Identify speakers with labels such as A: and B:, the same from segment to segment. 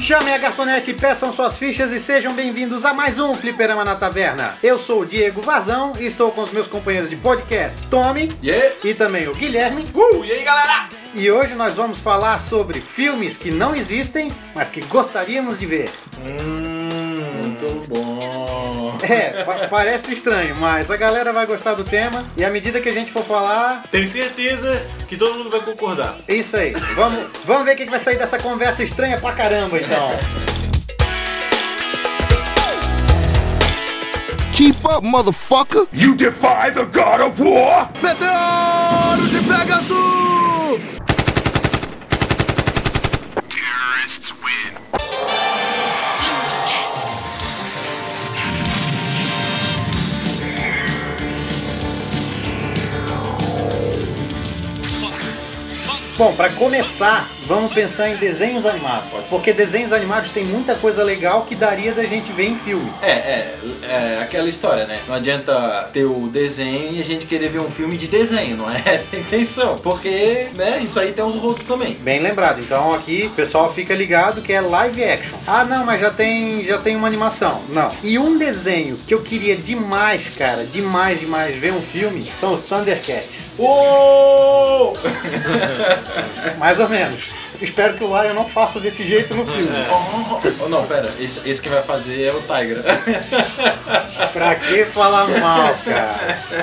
A: Chamem a garçonete, peçam suas fichas e sejam bem-vindos a mais um Fliperama na Taverna. Eu sou o Diego Vazão e estou com os meus companheiros de podcast, Tommy
B: Yeah.
A: e também o Guilherme.
B: Uh, e aí, galera?
A: E hoje nós vamos falar sobre filmes que não existem, mas que gostaríamos de ver.
B: Muito bom.
A: É, pa- parece estranho, mas a galera vai gostar do tema e à medida que a gente for falar,
C: Tenho certeza que todo mundo vai concordar.
A: é isso aí. Vamos, vamos ver o que que vai sair dessa conversa estranha pra caramba, então.
D: Keep up, motherfucker!
E: You defy the god of war?
D: Meteoro de Pegasus!
A: Bom, pra começar, vamos pensar em desenhos animados, porque desenhos animados tem muita coisa legal que daria da gente ver em filme.
B: É, é, é aquela história, né? Não adianta ter o desenho e a gente querer ver um filme de desenho, não é essa a intenção. Porque, né, isso aí tem uns rotos também.
A: Bem lembrado. Então aqui, pessoal, fica ligado que é live action. Ah, não, mas já tem, já tem uma animação. Não. E um desenho que eu queria demais, cara, demais, demais ver um filme, são os Thundercats.
B: Uou!
A: Mais ou menos. Espero que o Lion não faça desse jeito no filme.
B: Oh, oh, não, pera, esse, esse que vai fazer é o Tigra.
A: Pra que falar mal, cara?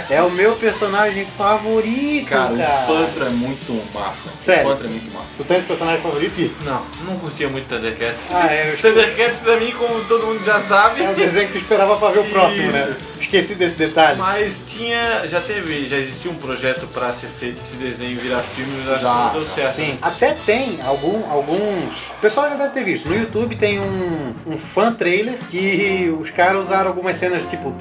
A: É o meu personagem favorito,
B: Cara,
A: cara.
B: o Pantro é muito massa.
A: Sério?
B: O Pantro é muito massa.
A: Tu tens personagem favorito? Gui?
C: Não, não curtia muito Thundercats.
A: Ah, é, eu esqueci.
C: Thundercats pra mim, como todo mundo já sabe,
A: É o desenho que tu esperava pra ver o próximo, né? Esqueci desse detalhe.
C: mas tinha, já teve, já existia um projeto pra ser feito esse desenho virar filme, mas acho
B: Já,
C: que não deu certo.
A: Sim. Até tem algum, alguns. O pessoal já deve ter visto. No YouTube tem um, um fan trailer que os caras usaram algumas cenas tipo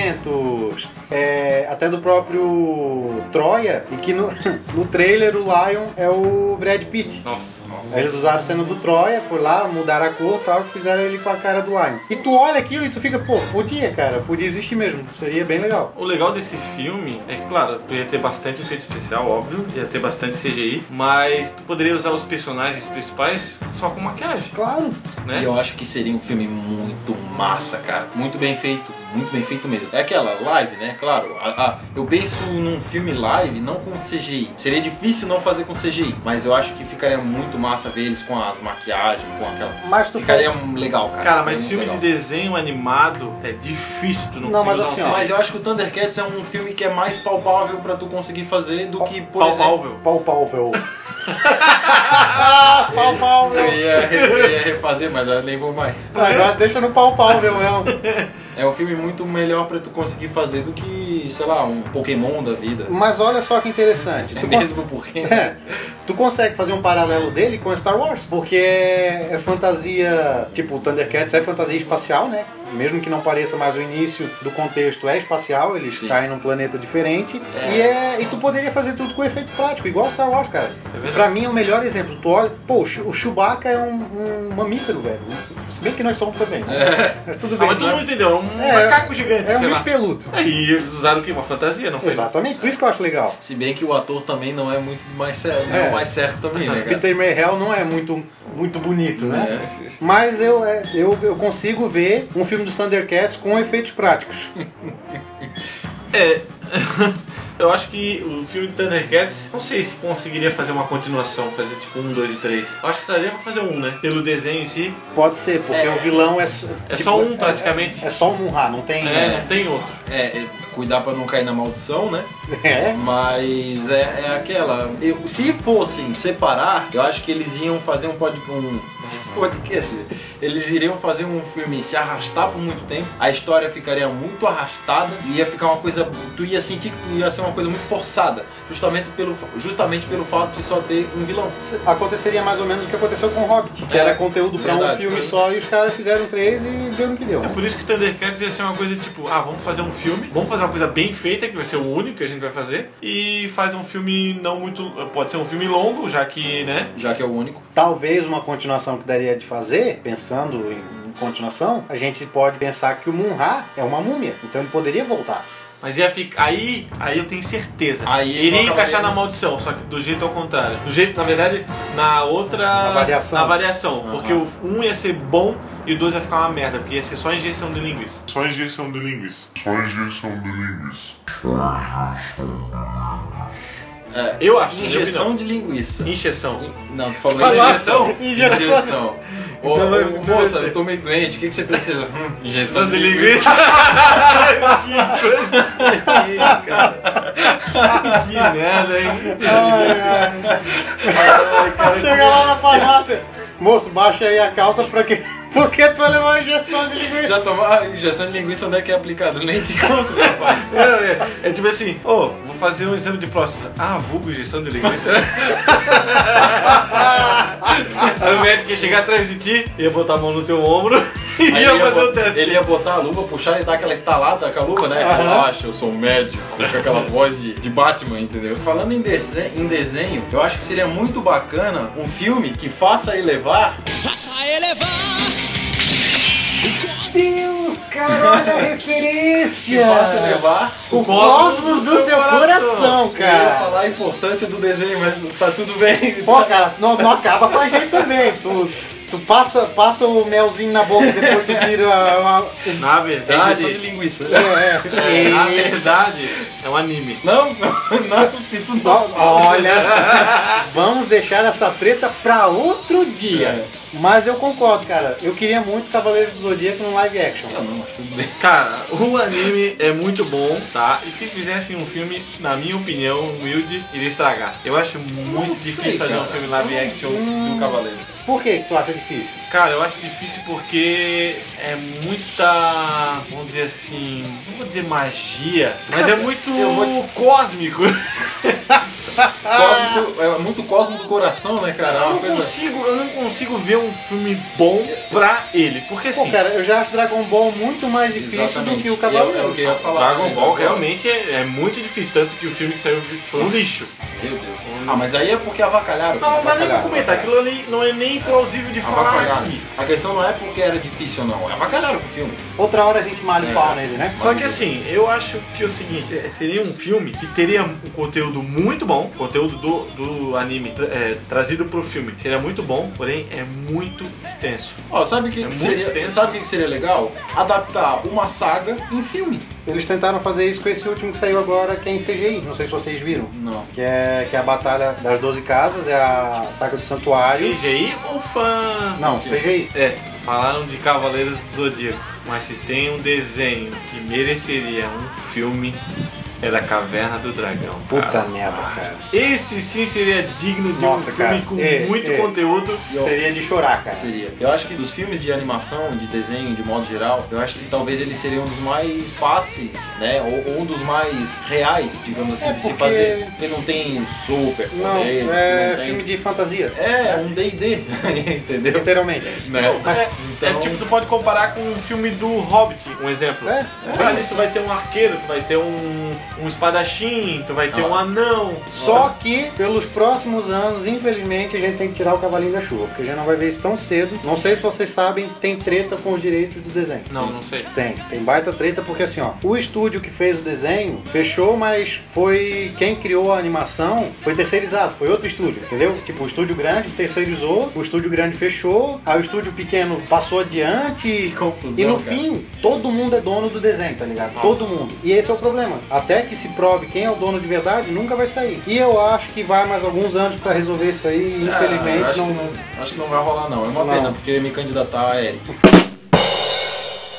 A: 300, é, até do próprio Troia, e que no, no trailer o Lion é o Brad Pitt.
C: Nossa, nossa.
A: Aí Eles usaram a cena do Troia, foi lá, mudaram a cor e tal, e fizeram ele com a cara do Lion. E tu olha aquilo e tu fica, pô, podia, cara, podia existir mesmo, seria bem legal.
C: O legal desse filme é que, claro, tu ia ter bastante efeito especial, óbvio, ia ter bastante CGI, mas tu poderia usar os personagens principais só com maquiagem,
A: Claro,
C: né?
B: E eu acho que seria um filme muito massa, cara. Muito bem feito, muito bem feito mesmo. É aquela live, né? Claro. a- a- eu penso num filme live, não com CGI. Seria difícil não fazer com CGI, mas eu acho que ficaria muito massa ver eles com as maquiagens, com aquela.
A: mas tu
B: Ficaria legal, cara.
C: Cara, mas
B: Ficaria muito
C: filme
B: legal.
C: de desenho animado é difícil tu não
A: Não, mas assim,
C: conseguir usar um
A: ó,
B: Mas eu acho que o Thundercats é um filme que é mais palpável pra tu conseguir fazer do que, por exemplo.
C: palpável.
A: Pau, pau, velho. Ah, pau, pau,
B: Eu
A: meu.
B: ia, re- eu ia refazer, mas eu nem vou mais.
A: É. Agora deixa no pau, pau, meu mesmo.
B: É um filme muito melhor pra tu conseguir fazer do que, sei lá, um Pokémon da vida.
A: Mas olha só que interessante.
B: É
A: Tu, cons-
B: mesmo porque.
A: É, tu consegue fazer um paralelo dele com Star Wars, porque é é fantasia, tipo, o Thundercats é fantasia espacial, né? Mesmo que não pareça, mas o início do contexto é espacial, eles
B: Sim.
A: caem num planeta diferente.
B: É.
A: E, é, e tu poderia fazer tudo com efeito prático, igual Star Wars, cara.
C: verdade.
A: pra mim é o melhor exemplo. Tu olha, pô, o Chu- o Chewbacca é um, um mamífero, velho. Se bem que nós somos também. né? Mas tudo
C: Ah,
A: bem.
C: mas todo mundo entendeu, um
A: É,
C: macaco gigante,
A: É um
C: sei
A: bicho
C: lá.
A: peludo.
C: Aí eles usaram o quê? Uma fantasia, não foi?
A: Exatamente, por isso que eu acho legal.
B: Se bem que o ator também não é muito mais certo, não é
A: É.
B: o mais certo também, né, cara?
A: Peter Mayhell não é muito, muito bonito, né?
B: É.
A: Mas eu, é, eu, eu consigo ver um filme dos Thundercats com efeitos práticos.
C: É. Eu acho que o filme Thundercats, não sei se conseguiria fazer uma continuação, fazer tipo um, dois e três. Eu acho que daria pra fazer um, né? Pelo desenho em si,
A: Pode ser, porque o vilão é, s-
C: é
A: tipo,
C: só um praticamente.
A: É só um Munha, não tem.
C: É, não tem outro.
B: É, é, cuidar pra não cair na maldição, né?
A: É.
B: Mas é, é aquela. eu- se fossem separar, eu acho que eles iam fazer um podcast. Um, podcast. Eles iriam fazer um filme se arrastar por muito tempo, a história ficaria muito arrastada e ia ficar uma coisa. Tu ia sentir que ia ser uma coisa muito forçada, justamente pelo, justamente pelo fato de só ter um vilão.
A: S- Aconteceria mais ou menos o que aconteceu com o Hobbit, que
B: É,
A: era conteúdo pra um
B: verdade.
A: filme só e os caras fizeram três e deu no que deu.
C: É
A: né?
C: por isso que Thundercats ia ser uma coisa tipo, ah, vamos fazer um filme, vamos fazer uma coisa bem feita, que vai ser o único que a gente vai fazer, e faz um filme não muito. Pode ser um filme longo, já que, né?
B: Já que é o único.
A: Talvez uma continuação que daria de fazer, pensando em em continuação, a gente pode pensar que o Munha é uma múmia, então ele poderia voltar.
C: Mas ia ficar. Aí, aí eu tenho certeza.
B: Aí é
C: iria
B: coloca
C: encaixar
B: Maria-
C: na maldição, só que do jeito ao contrário. Do jeito, na verdade, na outra.
A: Na variação.
C: na variação,
B: Aham.
C: Porque o um ia ser bom e o dois ia ficar uma merda, porque ia ser só injeção de linguiça.
F: Só injeção de linguiça.
B: É,
C: Eu acho, na minha
B: Injeção de linguiça.
C: opinião. Injeção.
B: Não, tu falou
C: Falação.
B: injeção. Injeção. Ô,
C: Então vai-
B: ô, moça, eu tô meio doente, o que, que você precisa? Hum, injeção
C: de linguiça. que merda, hein?
A: Chega lá na farmácia. Moço, baixa aí a calça pra que. Porque tu vai levar uma injeção de linguiça.
B: Já tomar injeção de linguiça, onde é que é aplicado? Nem te conto, rapaz.
C: É, é, é tipo assim, ô, vou fazer um exame de próstata. Ah, vulgo injeção de linguiça. Aí o médico ia chegar atrás de ti, ia botar a mão no teu ombro e
B: Aí
C: ia,
B: ele
C: fazer
B: bot-
C: o teste.
B: Ele ia botar a luva, puxar e dar aquela estalada com a luva, né? Relaxa, eu sou um médico. Com aquela voz de, de Batman, entendeu? Falando em, desen- em desenho, eu acho que seria muito bacana um filme que faça elevar.
A: Deus, cara, olha a
B: Que
A: referência.
B: faça elevar.
A: né? O cosmos do seu coração,
B: Eu ia
A: cara.
B: falar a importância do desenho, mas tá tudo bem.
A: Pô, cara, não, não acaba com a gente também. Tu, tu passa, passa o melzinho na boca depois que tira a. a-
C: Na
B: É injeção de
C: verdade,
B: linguiça.
A: É,
C: na
A: é. E-
C: verdade, é um anime.
B: Não, não, não, se tu
A: Ó,
B: não.
A: Olha, vamos deixar essa treta pra outro dia. Mas eu concordo, cara. Eu queria muito Cavaleiro do Zodíaco no live action.
C: Cara, o anime é muito bom, tá? E se fizessem um filme, na minha opinião, humilde, iria estragar. Eu acho muito
B: Não sei,
C: difícil fazer um
B: cara.
C: filme live action do Cavaleiros.
A: Por que que tu acha difícil?
C: Cara, eu acho difícil porque é muita, vamos dizer assim, não vou dizer magia, mas é muito
B: eu vou-
C: cósmico.
B: Cosmo, é muito cosmo do coração, né, cara? É
C: Ah. Eu
B: uma
C: não
B: coisa.
C: consigo, eu não consigo ver um filme bom pra ele, porque
A: Pô,
C: assim,
A: cara, eu já acho Dragon Ball muito mais difícil do que o Cavaleiro.
B: É, o que eu ia falar.
C: tá Dragon Ball realmente é, é muito difícil, tanto que o filme que saiu foi um lixo.
B: Meu Deus. Ah, mas aí é porque avacalharam.
C: Não, não vai nem
B: Avacalharam.
C: comentar, aquilo ali não é nem plausível de falar
B: Avacalharam.
C: aqui.
B: A questão não é porque era difícil ou não. é Avacalharam com o filme.
A: Outra hora a gente malha
B: É.
A: o pau nele, né?
C: Só que assim, eu acho que é o seguinte, é, seria um filme que teria um conteúdo muito bom, conteúdo do, do anime tra- é, trazido pro filme seria muito bom, porém é muito extenso.
B: Ó, sabe o que,
C: É muito
B: seria,
C: extenso.
B: sabe o que que seria legal? Adaptar uma saga em filme.
A: Eles tentaram fazer isso com esse último que saiu agora, que é em CGI. Não sei se vocês viram.
B: Não.
A: Que é, que é a Batalha das Doze Casas, é a Saga do Santuário.
C: CGI ou fã?
A: Não,
B: Ah.
A: CGI.
C: É, falaram de Cavaleiros do Zodíaco, mas se tem um desenho que mereceria um filme, é da Caverna do Dragão.
A: Puta
C: cara.
A: merda, cara.
C: Esse sim seria digno de
A: Nossa,
C: um filme
A: cara.
C: com
A: É,
C: muito
A: é.
C: conteúdo.
A: Seria de chorar, cara.
B: Seria. Eu acho que dos filmes de animação, de desenho, de modo geral, eu acho que talvez ele seria um dos mais fáceis, né? Ou, ou um dos mais reais, digamos assim,
A: É,
B: de se
A: porque-
B: fazer. Porque não tem super
A: Não,
B: poderes,
A: é
B: não tem-
A: filme de fantasia.
B: É, um D&D, entendeu?
A: Literalmente.
B: Né?
A: Mas-
C: É tipo, tu pode comparar com um filme do Hobbit, um exemplo.
A: É,
C: Ali tu vai ter um arqueiro, tu vai ter um, um espadachim, tu vai ter
B: Ah.
C: um anão.
A: Só que, pelos próximos anos, infelizmente, a gente tem que tirar o cavalinho da chuva, porque a gente não vai ver isso tão cedo. Não sei se vocês sabem, tem treta com os direitos do desenho.
C: Não, não sei.
A: Tem, tem baita treta porque assim, ó, o estúdio que fez o desenho fechou, mas foi quem criou a animação, foi terceirizado, foi outro estúdio, entendeu? Tipo, o estúdio grande terceirizou, o estúdio grande fechou, aí o estúdio pequeno passou adiante e-
B: confusão,
A: e no
B: cara.
A: fim, todo mundo é dono do desenho, tá ligado? Todo mundo. E esse é o problema. Até que se prove quem é o dono de verdade, nunca vai sair. E eu acho que vai mais alguns anos pra resolver isso aí, e
B: Ah,
A: infelizmente
B: acho
A: não, né?
B: Que não. Acho que não vai rolar, não. É uma
A: Não.
B: pena, porque eu ia me candidatar a Eric.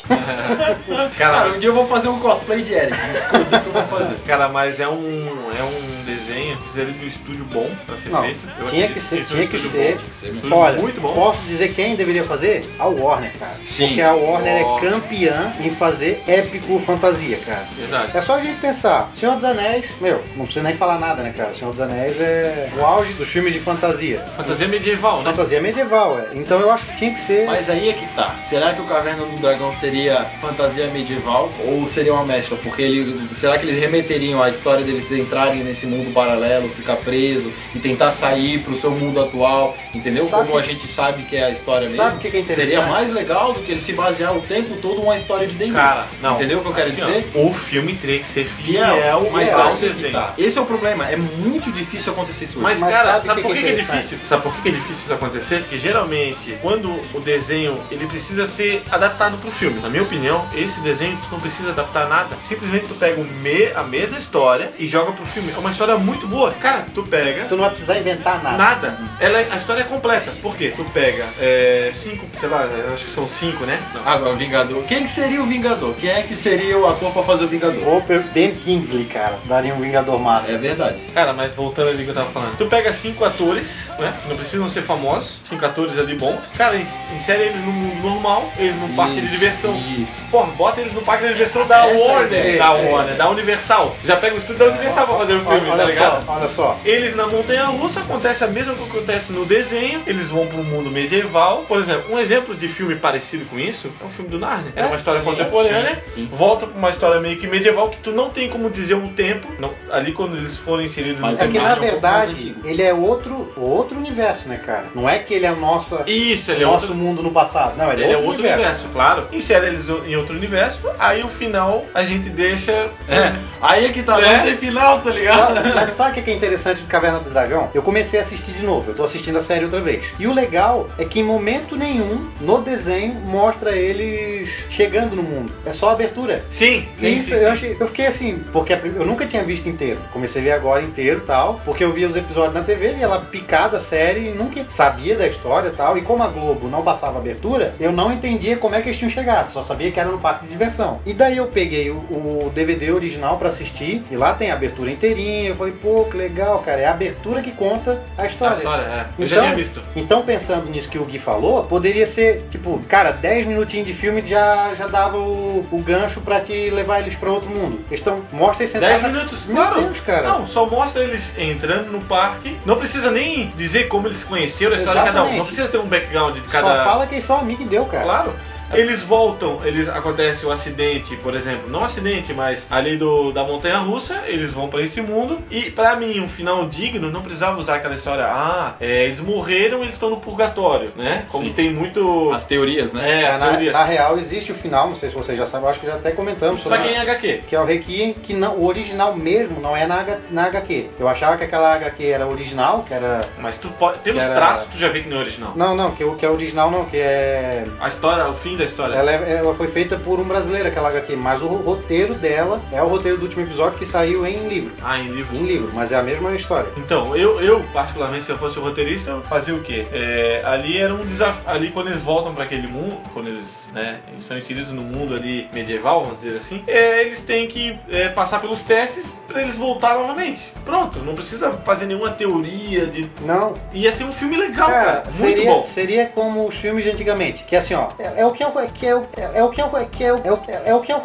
B: Cara,
C: Cara,
B: um dia eu vou fazer um cosplay de Eric. Desculpa o que eu vou fazer.
C: cara, mas é um, é um desenho que precisa de um estúdio bom pra ser
A: Não,
C: feito. Eu
A: tinha
C: acredito
A: que ser,
C: esse é um
A: tinha que
C: estúdio
A: ser.
C: bom.
B: Tem que ser mesmo.
C: Estúdio é
A: Olha,
C: muito bom.
A: posso dizer quem deveria fazer? A Warner, cara.
B: Sim.
A: Porque a Warner
C: Warner.
A: é campeã em fazer épico fantasia, cara.
C: Verdade.
A: É só a gente pensar, Senhor dos Anéis, meu, não precisa nem falar nada, né, cara? Senhor dos Anéis é o auge dos filmes de fantasia.
C: Fantasia medieval, né?
A: Fantasia medieval, é. Então eu acho que tinha que ser.
B: Mas aí é que tá. Será que o Caverna do Dragão seria seria fantasia medieval ou seria uma mescla? Porque ele, será que eles remeteriam à história deles entrarem nesse mundo paralelo, ficar preso e tentar sair pro seu mundo atual, entendeu?
A: Sabe-
B: Como a gente sabe que é a história mesmo.
A: Sabe o que que é interessante?
B: Seria mais legal do que ele se basear o tempo todo numa história de D&D.
C: Cara, não.
B: Entendeu o que eu quero
C: Assim,
B: dizer?
C: ó, o filme teria que ser fiel,
B: fiel, mas
C: ao
B: aí que
C: desenho.
B: tá. Esse é o problema, é muito difícil acontecer isso. hoje.
C: Mas,
A: Mas
C: cara,
A: sabe
C: sabe,
A: o que
C: por
A: que
C: que,
A: é
C: que é
A: interessante?
C: difícil? Sabe por que que é difícil isso acontecer? Porque geralmente, quando o desenho ele precisa ser adaptado pro filme. Na minha opinião, esse desenho tu não precisa adaptar nada. Simplesmente tu pega o me- a mesma história e joga pro filme. É uma história muito boa. Cara, tu pega.
A: Tu não vai precisar inventar nada.
C: Nada. Ela, é- a história é completa. Por quê? Tu pega é, cinco, sei lá, eu acho que são cinco, né? Não.
B: Agora, o Vingador. Quem que seria o Vingador? Quem é que seria o ator pra fazer o Vingador?
A: Ou pe- Ben Kingsley, cara, daria um Vingador massa.
B: É verdade.
C: Cara, mas voltando ali que eu tava falando. Tu pega cinco atores, né? Não precisam ser famosos. Cinco atores ali bons. Cara, ins- insere eles no mundo normal, eles num parque de
B: Isso,
C: diversão.
B: Isso.
C: Porra, bota eles no parque de diversão da
B: Essa é a
C: Warner.
B: ideia,
C: da
B: essa é a
C: Warner, da Universal. Já pega o estúdio da Universal pra fazer o
A: Olha-
C: filme, tá
A: olha
C: ligado?
A: só, olha só.
C: Eles na Montanha Russa acontece a mesma coisa que acontece no desenho. Eles vão pro mundo medieval. Por exemplo, um exemplo de filme parecido com isso é o filme do Narnia. É uma história
B: sim,
C: contemporânea. né?
B: sim, sim.
C: Volta pra uma história meio que medieval que tu não tem como dizer um tempo. Não, ali quando eles forem inseridos
B: Mas
C: no
A: É que na
B: Marvel é um pouco mais
A: verdade
B: antigo.
A: ele é outro, outro universo, né, cara? Não é que ele é o nosso,
C: Isso, ele é
A: nosso
C: outro.
A: mundo no passado. Não, ele,
C: Ele é outro universo, claro. Insere eles em outro universo, aí o final a gente deixa.
B: É. Aí é que tá,
C: Né?
B: não tem final, tá ligado?
A: Sabe, mas sabe o que que é interessante de Caverna do Dragão? Eu comecei a assistir de novo, eu tô assistindo a série outra vez. E o legal é que em momento nenhum, no desenho, mostra eles chegando no mundo. É só a abertura.
C: Sim,
A: E
C: sim,
A: Isso,
C: sim,
A: eu,
C: sim.
A: achei- eu fiquei assim, porque a prim- eu nunca tinha visto inteiro. Comecei a ver agora inteiro e tal, porque eu via os episódios na TV, via lá picada a série e nunca sabia da história e tal. E como a Globo não passava abertura, eu não entendia como é que eles tinham chegado, só sabia que era no parque de diversão. E daí eu peguei o, o DVD original pra assistir, e lá tem a abertura inteirinha. Eu falei, pô, que legal, cara, é a abertura que conta a
C: A
A: história.
C: história, é. Eu já
A: Então-
C: tinha visto.
A: Então, pensando nisso que o Gui falou, poderia ser, tipo, cara, 10 minutinhos de filme já, já dava o, o gancho pra te levar eles pra outro mundo. Então, mostra e sentados.
C: 10 minutos,
A: Meu
C: claro.
A: Deus, cara.
C: Não, só mostra eles entrando no parque. Não precisa nem dizer como eles se conheceram, a história de cada um.
A: Exatamente.
C: Não precisa ter um background de
A: Só
C: cada.
A: fala que eles são amigos e deu, cara.
C: Claro. Eles voltam, eles acontece o acidente, por exemplo, não acidente, mas ali do da montanha russa, eles vão pra esse mundo e pra mim um final digno não precisava usar aquela história, ah, é, eles morreram, eles estão no purgatório, né? Como
B: Sim.
C: tem muito
B: As teorias, né?
C: é, as
A: Na,
C: teorias.
A: na real, existe o final, não sei se vocês já sabem, eu acho que já até comentamos
C: Só
A: sobre
C: que
A: isso.
C: em HQ.
A: Que é o Requiem, que não, o original mesmo não é na, H- na HQ. Eu achava que aquela HQ era original, que era.
C: Mas tu pode, pelos
A: Era-
C: traços tu já vê que não é original.
A: Não, não, que, o- que é original não, que é.
C: A história, o fim da história.
A: Ela, é- ela foi feita por um brasileiro, aquela HQ, mas o roteiro dela é o roteiro do último episódio que saiu em livro.
C: Ah, em livro.
A: Em livro, mas é a mesma história.
C: Então, eu, eu particularmente, se eu fosse o roteirista, eu fazia o quê? É, ali era um desafio. Ali, quando eles voltam para aquele mundo, quando eles, né, eles são inseridos no mundo ali medieval, vamos dizer assim, é, eles têm que é, passar pelos testes para eles voltar novamente. Pronto, não precisa fazer nenhuma teoria de.
A: Não,
C: Ia ser um filme legal, cara.
A: cara,
C: Muito
A: É, seria,
C: bom.
A: seria como os filmes de antigamente, que é assim, ó, é, é o que é o que é o é o que é o que é o é o que é o que é o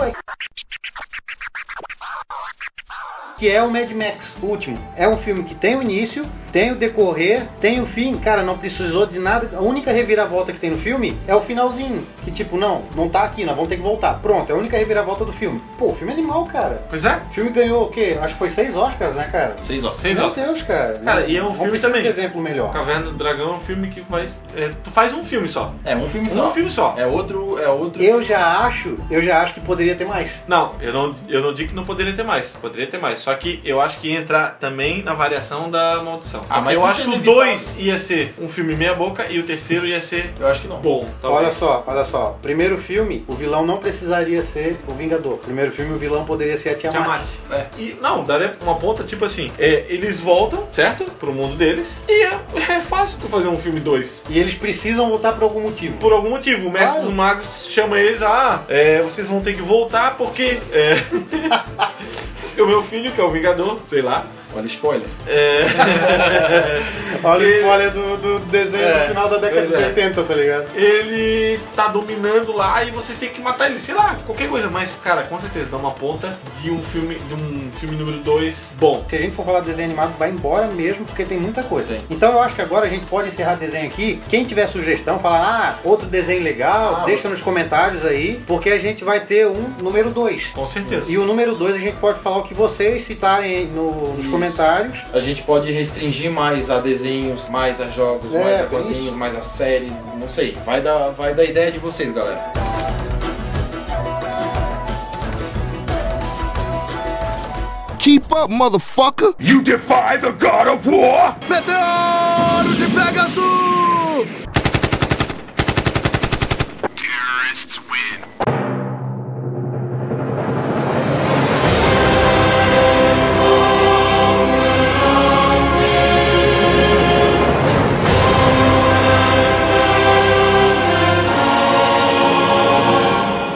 A: que é o Mad Max, o último. É um filme que tem o início, tem o decorrer, tem o fim. Cara, não precisou de nada. A única reviravolta que tem no filme é o finalzinho. Que tipo, não, não tá aqui, nós vamos ter que voltar. Pronto, é a única reviravolta do filme. Pô, o filme é animal, cara.
C: Pois é.
A: O filme ganhou o quê? Acho que foi seis Oscars, né, cara?
B: Seis horas.
C: Seis
A: Meu
C: Oscars.
A: Deus, cara.
C: Cara, e é um
A: Não
C: filme
A: precisa
C: também.
A: de exemplo melhor.
C: Caverna do Dragão é um filme que faz. é, tu faz um filme só.
B: É um filme só.
C: Um filme só.
B: É outro, é outro.
A: Eu já acho, eu já acho que poderia ter mais.
C: Não, eu não, eu não digo que não poderia ter mais. Poderia ter mais. Só que eu acho que ia entrar também na variação da maldição.
B: Ah, mas
C: eu
B: isso
C: acho
B: é
C: que o
B: inevitável.
C: 2 ia ser um filme meia boca e o terceiro ia ser
B: Eu acho que não.
C: bom.
A: Olha
C: Talvez.
A: só, olha só. Primeiro filme, o vilão não precisaria ser o Vingador. Primeiro filme, o vilão poderia ser a Tiamat.
C: Tiamat.
B: É.
C: E, não, daria uma ponta tipo assim: é, eles voltam, certo? Pro mundo deles. E é, é fácil tu fazer um filme 2.
A: E eles precisam voltar por algum motivo.
C: Por algum motivo, o mestre
A: Claro.
C: dos magos chama eles, ah, é, vocês vão ter que voltar porque. é, o meu filho, que é o Vingador, sei lá.
B: Olha, spoiler.
A: Olha o spoiler do, do desenho do final da década de
B: pois é.
A: 80, tá ligado?
C: Ele tá dominando lá e vocês têm que matar ele, sei lá, qualquer coisa, mas cara, com certeza dá uma ponta de um filme, de um filme número 2 bom.
A: Se a gente for falar de desenho animado, vai embora mesmo, porque tem muita coisa.
B: Sim.
A: Então eu acho que agora a gente pode encerrar o desenho aqui. Quem tiver sugestão, falar, ah, outro desenho legal,
B: Ah,
A: deixa nos comentários aí, porque a gente vai ter um número 2.
C: Com certeza.
A: E o número 2 a gente pode falar o que vocês citarem no- nos
B: Isso.
A: comentários.
B: A gente pode restringir mais a desenhos, mais a jogos,
A: É,
B: mais a
A: tem
B: quadrinhos,
A: isso.
B: mais a séries, não sei. Vai dar, vai dar ideia de vocês, galera.
D: Keep up, motherfucker!
E: You defy the god of war?
D: Meteoro de Pegasus!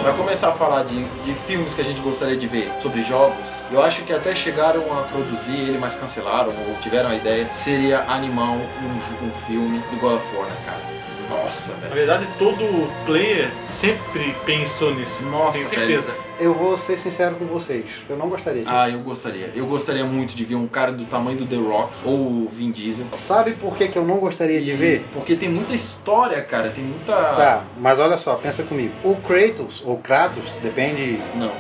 B: Pra começar a falar de, de filmes que a gente gostaria de ver sobre jogos, eu acho que até chegaram a produzir ele, mas cancelaram ou tiveram a ideia, seria animar um, ju- um filme do God of War, né, cara? Nossa,
C: Na
B: velho.
C: verdade, todo player sempre pensou nisso.
B: Nossa,
C: Tenho certeza.
A: Eu vou ser sincero com vocês, eu não gostaria. disso.
B: Ah, eu gostaria. Eu gostaria muito de ver um cara do tamanho do The Rock ou o Vin Diesel.
A: Sabe por que, que eu não gostaria de ver?
B: Porque tem muita história, cara. Tem muita.
A: Tá, mas olha só, pensa comigo. O Kratos, ou Kratos, depende.
B: Não.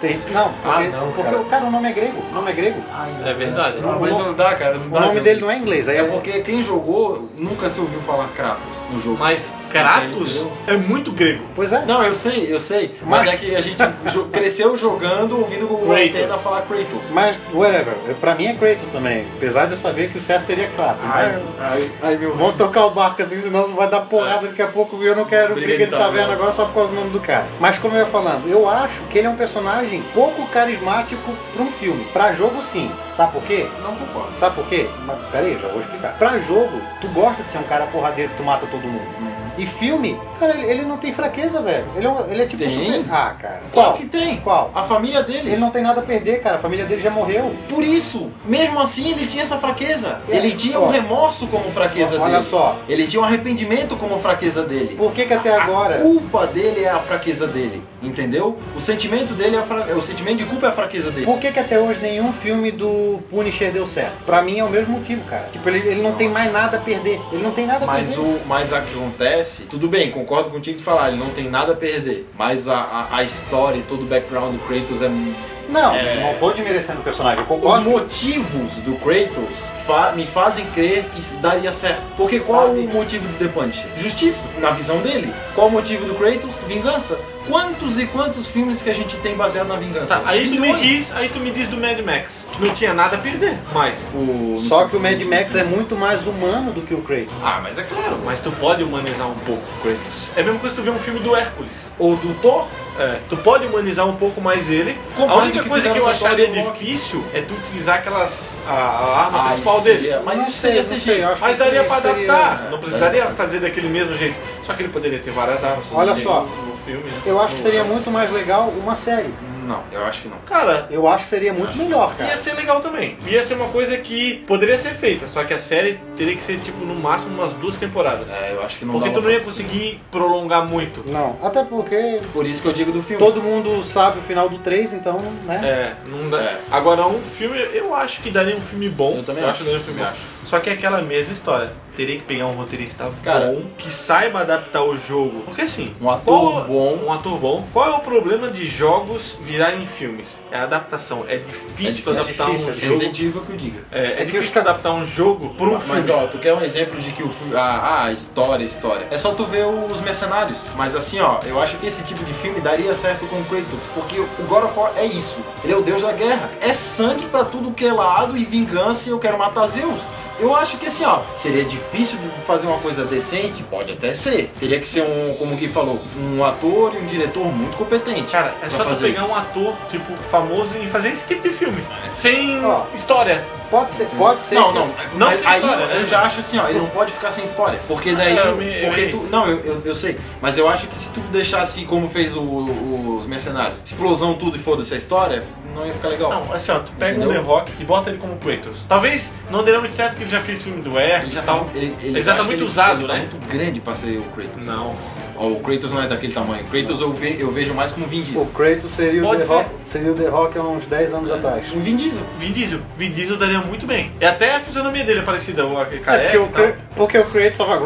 A: Tem, não, porque,
B: Ah, não,
A: porque
B: cara.
A: o cara, o nome é grego. O nome é grego.
C: É verdade.
B: Não, Ah, mas não dá, cara. Não
A: O
B: dá,
A: nome
B: meu.
A: dele não é inglês. Aí
B: É porque quem jogou nunca se ouviu falar Kratos no jogo.
C: Mas Kratos é muito grego.
A: Pois é.
B: Não, eu sei, eu sei. Mas, é que a gente jo- cresceu jogando ouvindo o
C: Kratos.
B: Antena falar Kratos.
A: Mas, whatever. Pra mim é Kratos também. Apesar de eu saber que o certo seria Kratos.
B: Ai,
A: Mas
B: ai, ai, meu
A: vamos tocar o barco assim, senão vai dar porrada daqui a pouco. E eu não quero
B: Briga
A: briga de
B: de
A: taverna
B: taverna.
A: agora só por causa do nome do cara. Mas, como eu ia falando, eu acho que ele é um personagem pouco carismático pra um filme. Pra jogo, sim. Sabe por quê?
B: Não concordo.
A: Sabe por quê? Mas, peraí, já vou explicar. Pra jogo, tu gosta de ser um cara porradeiro que tu mata todo mundo.
B: Uhum.
A: E filme, cara, ele, ele não tem fraqueza, velho. Ele é, um- ele é tipo um
B: Tem.
A: super. Ah, cara.
B: Qual que tem?
A: Qual?
B: A família dele.
A: Ele não tem nada a perder, cara. A família dele já morreu.
B: Por isso, mesmo assim, ele tinha essa fraqueza.
A: É,
B: Ele tinha
A: ó.
B: um remorso como fraqueza dele.
A: Olha só.
B: Ele tinha um arrependimento como fraqueza dele.
A: Por que que até
B: A
A: agora...
B: culpa dele é a fraqueza dele, entendeu? O sentimento dele é a fra... o sentimento de culpa é a fraqueza dele.
A: Por que, que até hoje nenhum filme do Punisher deu certo? Pra mim é o mesmo motivo, cara. Tipo, ele, ele não tem mais nada a perder. Ele não tem nada a
B: Mas
A: perder.
B: o mas a que acontece, tudo bem, concordo contigo de falar, ele não tem nada a perder. Mas a, a, a história e todo o background do Kratos é mu-
C: um.
A: Não,
B: É.
A: não tô desmerecendo o personagem. Eu
B: os
A: concordo.
B: motivos do Kratos fa- me fazem crer que isso daria certo. Porque qual
A: Sabe-
B: o motivo do The Punch? Justiça, na visão dele. Qual o motivo do Kratos? Vingança. Quantos e quantos filmes que a gente tem baseado na vingança?
C: Tá, aí tu me
B: Milhões.
C: diz, aí tu me diz do Mad Max. que Não tinha nada a perder, mas.
B: O-
A: Só que o Mad Max é muito mais humano do que o Kratos.
B: Ah, mas é claro.
C: Mas tu pode humanizar um pouco o Kratos. É a mesma coisa que tu vê um filme do Hércules.
B: Ou do Thor?
C: É, tu pode humanizar um pouco mais ele.
B: Com
C: a
B: mais
C: única
B: do que
C: coisa que
B: fizeram
C: eu
B: com Thor
C: acharia
B: e Loki.
C: difícil é tu utilizar aquelas. a, a arma
B: Ah,
C: principal
B: isso
C: dele.
B: seria- Mas
A: Não
B: isso
A: sei,
B: seria
A: não
B: CG.
A: sei, eu acho que
C: assim. Mas daria
A: isso
C: pra
A: seria-
C: adaptar,
B: é,
C: não precisaria fazer daquele mesmo jeito. Só que ele poderia ter várias armas.
A: Olha
C: no-
A: só.
C: no filme, né?
A: Eu acho que
C: No-
A: seria muito mais legal uma série.
B: Não, eu acho que não.
C: Cara,
A: Eu acho que seria muito melhor,
C: ia
A: cara.
C: ser legal também. Ia ser uma coisa que poderia ser feita, só que a série teria que ser, tipo, no máximo umas duas temporadas.
B: É, eu acho que não
C: Porque
B: dá
C: tu
B: pra
C: não ia
B: fazer.
C: conseguir prolongar muito.
A: Não, até porque
B: Por isso que eu digo do filme.
A: todo mundo sabe o final do 3, então, né?
C: É, não dá.
B: É.
C: Agora, um filme, eu acho que daria um filme bom.
B: Eu também acho.
C: que daria um filme
B: Eu
C: bom. Só que é aquela mesma história. Teria que pegar um roteirista
B: Cara.
C: bom que saiba adaptar o jogo. Porque assim,
B: Um ator
C: qual-
B: bom.
C: Um ator bom. Qual é o problema de jogos virarem filmes? É a adaptação. É difícil,
B: É difícil,
C: adaptar
A: é difícil,
C: um
A: é
B: É
C: jogo.
B: objetivo que eu diga.
C: É, é
A: que
C: difícil
A: os ca-
C: adaptar um jogo por um
B: Mas
C: filme.
B: ó, tu quer um exemplo de que o filme. Ah, ah, história, história. É só tu ver os mercenários. Mas assim, ó, eu acho que esse tipo de filme daria certo com o Kratos. Porque o God of War é isso. Ele é o deus da guerra. É sangue pra tudo que é lado e vingança e eu quero matar Zeus. Eu acho que assim, ó, seria difícil de fazer uma coisa decente? Pode até ser. Teria que ser um, como o Gui falou, um ator e um diretor muito competente.
C: Cara, é
B: pra
C: só tu
B: fazer
C: pegar
B: isso. É.
C: um ator, tipo, famoso e fazer esse tipo de filme. Sem
A: Ó.
C: história.
A: Pode ser, pode ser.
B: Não, não,
C: Não
B: mas
C: sem
B: aí
C: história,
B: eu,
C: né?
B: já acho assim, ó, ele não pode ficar sem história. Porque daí.
C: Ah, eu me- eu
B: porque
C: errei.
B: tu- não, eu, eu, eu sei. Mas eu acho que se tu deixasse como fez o- o- os mercenários, explosão tudo e foda-se a história, não ia ficar legal.
C: Não, assim, ó, tu pega um The
B: Entendeu?
C: Rock e bota ele como Kratos. Talvez não dê muito certo que ele já fez filme do Hércules
B: Ele
C: e
B: já tá,
C: tal.
B: ele, ele-
C: é, Ele já
B: eu
C: tá
B: acho que
C: muito
B: ele-
C: usado,
B: ele
C: né?
B: Tá muito grande pra ser o Kratos.
C: Não.
B: Ó, O Kratos não é daquele tamanho. O Kratos eu, ve- eu vejo mais como Vin
A: O
B: Diesel.
A: Kratos seria o,
C: Pode
A: The
C: ser. É.
A: Rock, seria o The Rock há uns 10 anos atrás.
B: Um Vin Diesel.
C: Vin Diesel. Vin Diesel daria muito bem. E até a fisionomia dele é parecida, o aquele careca
A: É, porque, o,
C: e tal. É.
A: Kra- porque o Kratos só vai.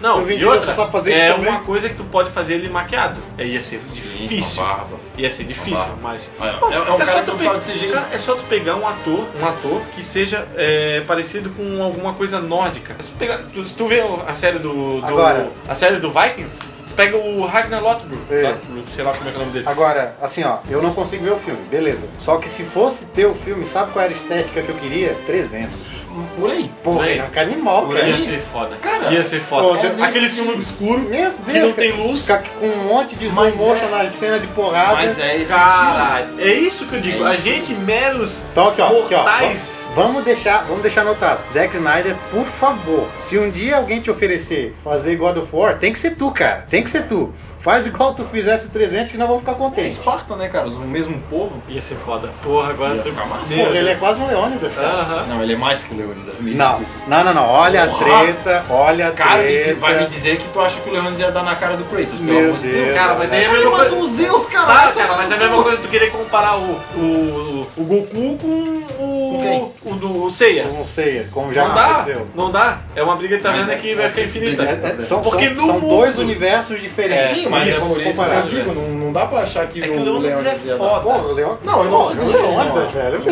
C: Não,
A: o Vin
C: e
A: Diesel
C: outra,
A: só sabe fazer
C: é
A: isso
C: uma
A: também.
C: coisa que tu pode fazer ele maquiado. É, ia ser
B: Sim,
C: difícil.
B: uma barba.
C: Ia ser difícil,
B: Uma
C: mas...
B: É, é, é um cara que não
C: pe-
B: sabe de CGI.
C: Cara, é só tu pegar um ator, um ator que seja é, parecido com alguma coisa nórdica. Se tu, pegar, tu, se tu vê a série do, do-
A: Agora.
C: a série do Vikings, tu pega o Ragnar Lothbrok,
A: É.
C: Lothbrok, sei lá como é que é o nome dele.
A: Agora, assim ó, eu não consigo ver o filme, beleza. Só que se fosse ter o filme, sabe qual era a estética que eu queria? 300.
B: Por aí.
A: Porra,
C: Bem,
A: é um cara animal,
B: por
A: cara.
B: aí.
C: Ia ser foda.
B: Cara,
C: ia ser
A: pô,
C: foda.
A: deu-
C: Aquele
B: nesse-
C: filme obscuro
A: Meu
C: que não
A: Deus,
C: tem
A: cara.
C: luz.
A: Fica com um monte de slow
B: Mas
A: motion
B: é.
A: na cena de porrada.
B: Mas é esse estilo.
C: Caralho, é isso que eu digo.
B: É
C: a
B: isso.
C: gente, meros
A: Então aqui, ó, aqui, ó.
C: mortais.
A: Vamos deixar, vamos deixar anotado. Zack Snyder, por favor, se um dia alguém te oferecer fazer God of War, tem que ser tu, cara. Tem que ser tu. Faz igual tu fizesse 300 que nós vamos ficar
B: É
A: contentes.
B: Esparta, né, cara? O mesmo povo.
C: Ia ser foda. Porra, agora
B: Ia
C: tu-
B: ficar massa.
C: Meu
A: Porra, ele é
C: Deus.
A: quase um Leônidas, cara.
C: Aham.
B: Não, ele é mais que o Leônidas. me
A: Não,
B: desculpa.
A: não, não, não. Olha a
B: Porra.
A: treta, olha a
B: Cara, me
A: treta.
B: di- vai me dizer que tu acha que o Leônidas ia dar na cara do Kratos, pelo
A: Meu
B: amor de Deus.
A: Deus.
C: Cara, mas daí é a
B: Ele
C: mesma coisa.
B: matou o Zeus,
C: Tá,
B: caralho.
C: cara, mas é a mesma coisa tu querer comparar o, o, o Goku com
B: Com
C: o.
B: quem?
C: o do o Seiya.
A: Eu não sei, como já
C: não
A: aconteceu.
C: dá, não dá. É uma briga
B: Mas
C: eterna
B: é-
C: que vai
B: é-
C: ficar infinita.
A: É, é, são
C: Porque
A: são-
C: no
A: são
C: mundo-
A: dois universos diferentes.
B: Sim, mas é
A: Isso,
B: por isso que eu
A: comparável.
B: digo, não, não dá pra achar que,
C: É que o Leônidas é
B: ia dar.
C: foda.
A: Porra, o Leônidas.
B: Não, eu não
A: Porra, o é Leônidas,
B: Eu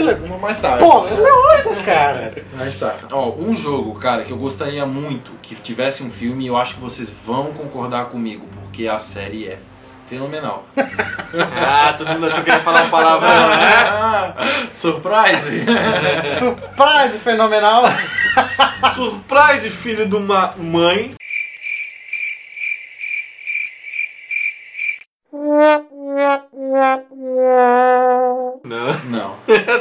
A: velho.
B: Mas tá.
A: Porra, o é Leônidas, cara.
B: Mas tá. Ó, um jogo, cara, que eu gostaria muito que tivesse um filme e eu acho que vocês vão concordar comigo, porque a série é fenomenal.
C: Ah, todo mundo achou que ia falar uma palavrão, né?
B: Surprise!
A: Surprise fenomenal.
C: Surprise, filho de uma mãe. Não.
B: Não.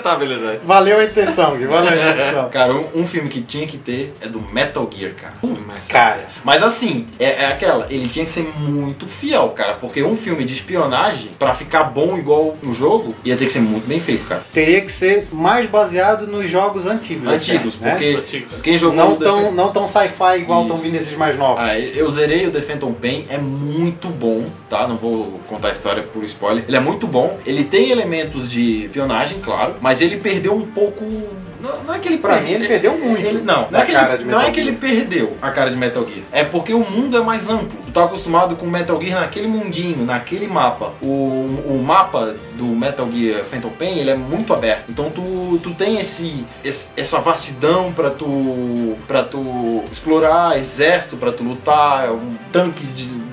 C: tá, beleza.
A: Valeu a intenção, Gui. Valeu a intenção.
B: Cara, um, um filme que tinha que ter é do Metal Gear, cara.
A: Cara,
B: Mas assim, é, é aquela, ele tinha que ser muito fiel, cara, porque um filme de espionagem, pra ficar bom igual um jogo, ia ter que ser muito bem feito, cara.
A: teria que ser mais baseado nos jogos antigos.
B: Antigos,
A: assim, né?
B: porque
C: Antigos.
B: quem jogou
A: Não
B: o
A: tão,
B: Defen-
A: não tão sci-fi igual
B: Isso.
A: estão vindo esses mais novos.
B: Ah, eu zerei o Defenton Pain, é muito bom, tá? Não vou contar a história por spoiler. Ele é muito bom, ele tem elementos de espionagem, claro, mas ele perdeu um pouco. Não, não é que ele
A: Pra
B: perde-
A: mim, ele perdeu muito
B: Ele- não, não
A: da
B: é que ele-
A: cara de Metal
B: não é que
A: Gear.
B: ele perdeu a cara de Metal Gear. É porque o mundo é mais amplo. Tu tá acostumado com Metal Gear naquele mundinho, naquele mapa. O, o mapa do Metal Gear Phantom Pain, ele é muito aberto. Então tu, tu tem esse, esse- essa vastidão pra tu para tu explorar, exército pra tu lutar, um- tanques de-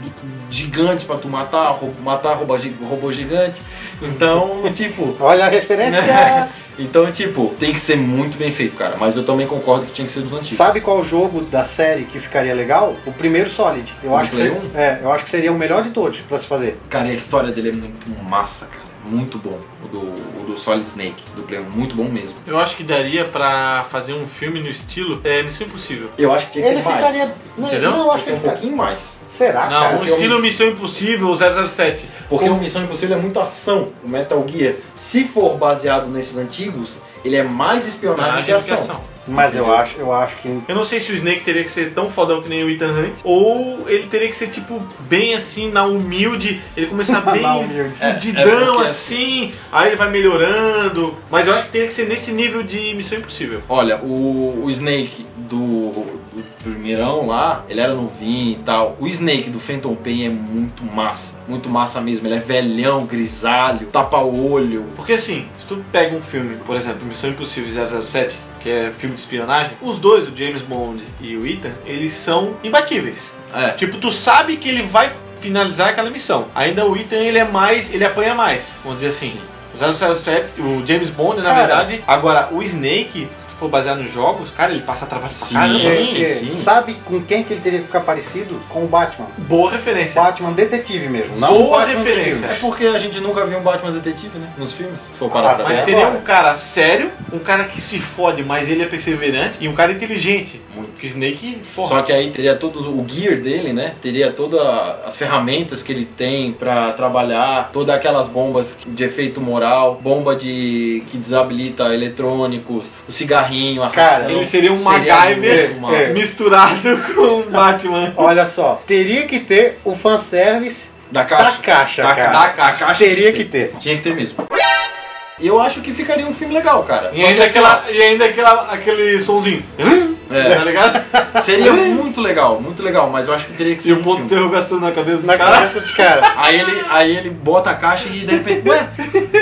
B: gigantes pra tu matar, ro- matar robô, gi- robô gigante. Então, tipo,
A: Olha a referência.
B: então tipo, tem que ser muito bem feito, cara, mas eu também concordo que tinha que ser dos antigos.
A: Sabe qual jogo da série que ficaria legal? O primeiro Solid. Eu
B: Do
A: acho que
B: Play um?
A: seria, é, eu acho que seria o melhor de todos pra se fazer.
B: Cara, e a história dele é muito massa, cara. Muito bom. O do, o do Solid Snake, do Play 1, muito bom mesmo.
C: Eu acho que daria pra fazer um filme no estilo é, Missão Impossível.
B: Eu acho que tinha que
A: Ele
B: ser mais.
A: ficaria. Não,
C: Entendeu?
A: não, eu
B: Tinha
A: acho que
B: que ser
A: ele
B: um
A: ficaria.
B: pouquinho mais.
A: Será,
C: Não,
A: Ah, cara?
C: um
B: porque
C: estilo
B: eu me-
C: Missão Impossível 007.
B: Porque o Missão Impossível é muita ação. O Metal Gear, se for baseado nesses antigos, ele é mais espionagem que ação.
A: Mas eu acho, eu acho que.
C: Eu não sei se o Snake teria que ser tão fodão que nem o Ethan Hunt, ou ele teria que ser, tipo, bem assim, na humilde, ele começar bem
A: Na humilde.
B: É, é
C: fudidão,
B: porque
C: assim, aí ele vai melhorando, mas eu acho que teria que ser nesse nível de Missão Impossível.
B: Olha, o, o Snake do, do primeirão lá, ele era novinho e tal. O Snake do Phantom Pain é muito massa. Muito massa mesmo. Ele é velhão, grisalho, tapa olho.
C: Porque assim, se tu pega um filme, por exemplo, Missão Impossível 007, que é filme de espionagem, os dois, o James Bond e o Ethan, eles são imbatíveis.
B: É,
C: Tipo, tu sabe que ele vai finalizar aquela missão. Ainda o Ethan, ele é mais, ele apanha mais, vamos dizer assim. O 007, o James Bond, na
A: Cara.
C: verdade, agora o Snake, se tu for baseado nos jogos, cara, ele passa trabalho pra
B: Sim.
C: caramba.
A: Porque
B: É, sim.
A: É, Sabe com quem que ele teria que ficar parecido? Com o Batman.
C: Boa referência.
A: Batman detetive mesmo. Não
C: Boa
A: o Batman dos
C: referência.
A: filmes.
B: É porque a gente nunca viu um Batman detetive, né? Nos filmes, se for parar
A: Ah,
B: pra
C: Mas
B: ver.
A: É,
C: seria
A: agora.
C: um cara sério, um cara que se fode, mas ele é perseverante, e um cara inteligente.
B: Muito.
C: Porque Snake, porra.
B: Só que aí teria todo o gear dele, né? Teria todas as ferramentas que ele tem pra trabalhar, todas aquelas bombas de efeito moral, bomba de que desabilita eletrônicos, o cigarrinho, a
A: Cara,
B: ração.
C: ele seria um
B: Seria
C: MacGyver
B: muito massa.
A: é.
C: misturado com Batman.
A: Olha só, teria que ter o fanservice
B: da
A: da
B: caixa.
A: caixa,
B: Da,
A: cara.
B: da caixa.
A: Teria que ter.
B: Tinha que ter mesmo. Eu acho que ficaria um filme legal, cara. Só
C: E
B: que
C: ainda,
B: assim,
C: aquela, e ainda aquela, aquele sonzinho.
B: ó, é,
C: Tá ligado?
B: seria muito legal, muito legal, mas eu acho que teria que
C: E
B: ser
C: o
B: um
C: ponto de
B: filme.
C: interrogação na cabeça dos
A: Na
C: caras.
A: cabeça dos caras.
B: Aí ele, aí ele bota a caixa e de repente, ué,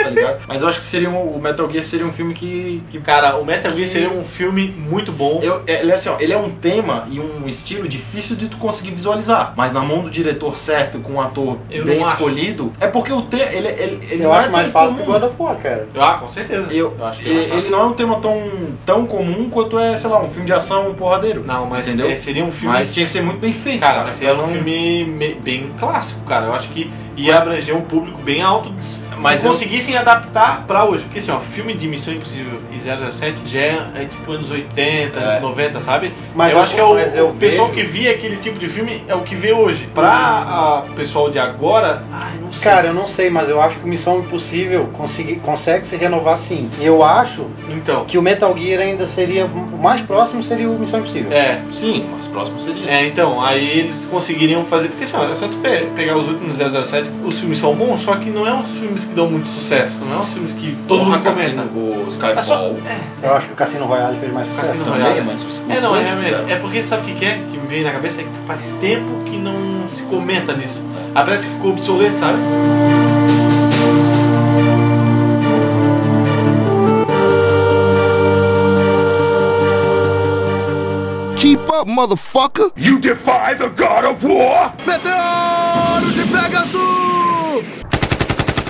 B: tá ligado? Mas eu acho que seria um, o Metal Gear seria um filme que. que
C: Cara, o Metal Gear seria um filme muito bom.
B: eu, é- ele, é assim, ó, ele é um tema e um estilo difícil de tu conseguir visualizar. Mas na mão do diretor certo, com um ator
C: Eu
B: bem
C: não acho.
B: escolhido, é porque o tema. Ele, ele, ele
A: Eu
B: não é
A: acho mais
B: tão
A: fácil que
B: comum.
A: God of War, cara.
C: Ah, com certeza.
B: Eu,
C: acho que é mais
B: ele,
C: fácil.
B: ele não é um tema tão, tão comum quanto é, sei lá, um filme de ação porradeiro.
C: Não, mas
B: Entendeu?
C: é, seria um filme.
B: Mas tinha que ser muito bem feito. né?
C: Cara, mas seria
B: pra
C: um
B: não-
C: filme me- bem clássico, cara. Eu acho que ia abranger um público bem alto se
B: Mas eu-
C: conseguissem adaptar pra hoje. Porque assim, ó, filme de Missão Impossível e 007 já é, é tipo anos 80,
B: É.
C: anos 90, sabe?
A: Mas
C: eu,
A: eu-
C: acho que é o,
A: mas eu
C: o pessoal
A: vejo-
C: que via aquele tipo de filme é o que vê hoje. Pra o pessoal de agora, ai, não sei.
A: Cara, eu não sei, mas eu acho que Missão Impossível consegui- consegue se renovar sim. E eu acho
C: então,
A: que o Metal Gear ainda seria. O mais próximo seria o Missão Impossível.
C: é.
B: Sim, mas próximo seria isso.
C: É, então, aí eles conseguiriam fazer. Porque assim, olha, só tu pe- pegar os últimos 007, os filmes são bons, só que não é uns filmes que dão muito sucesso, não é uns filmes que todo mundo comenta.
B: O Skyfall.
C: É só-
A: Eu acho que o Cassino Royale fez mais sucesso.
C: Cassino
B: também,
C: Royale.
B: mas os, os
C: É, não, é
B: dois
C: realmente.
B: fizeram.
C: É porque sabe o que, que é que me vem na cabeça? É que faz tempo que não se comenta nisso. Ah, parece que ficou obsoleto, sabe?
D: Keep up, motherfucker!
E: You defy the god of war?
D: Meteoro de Pegasus!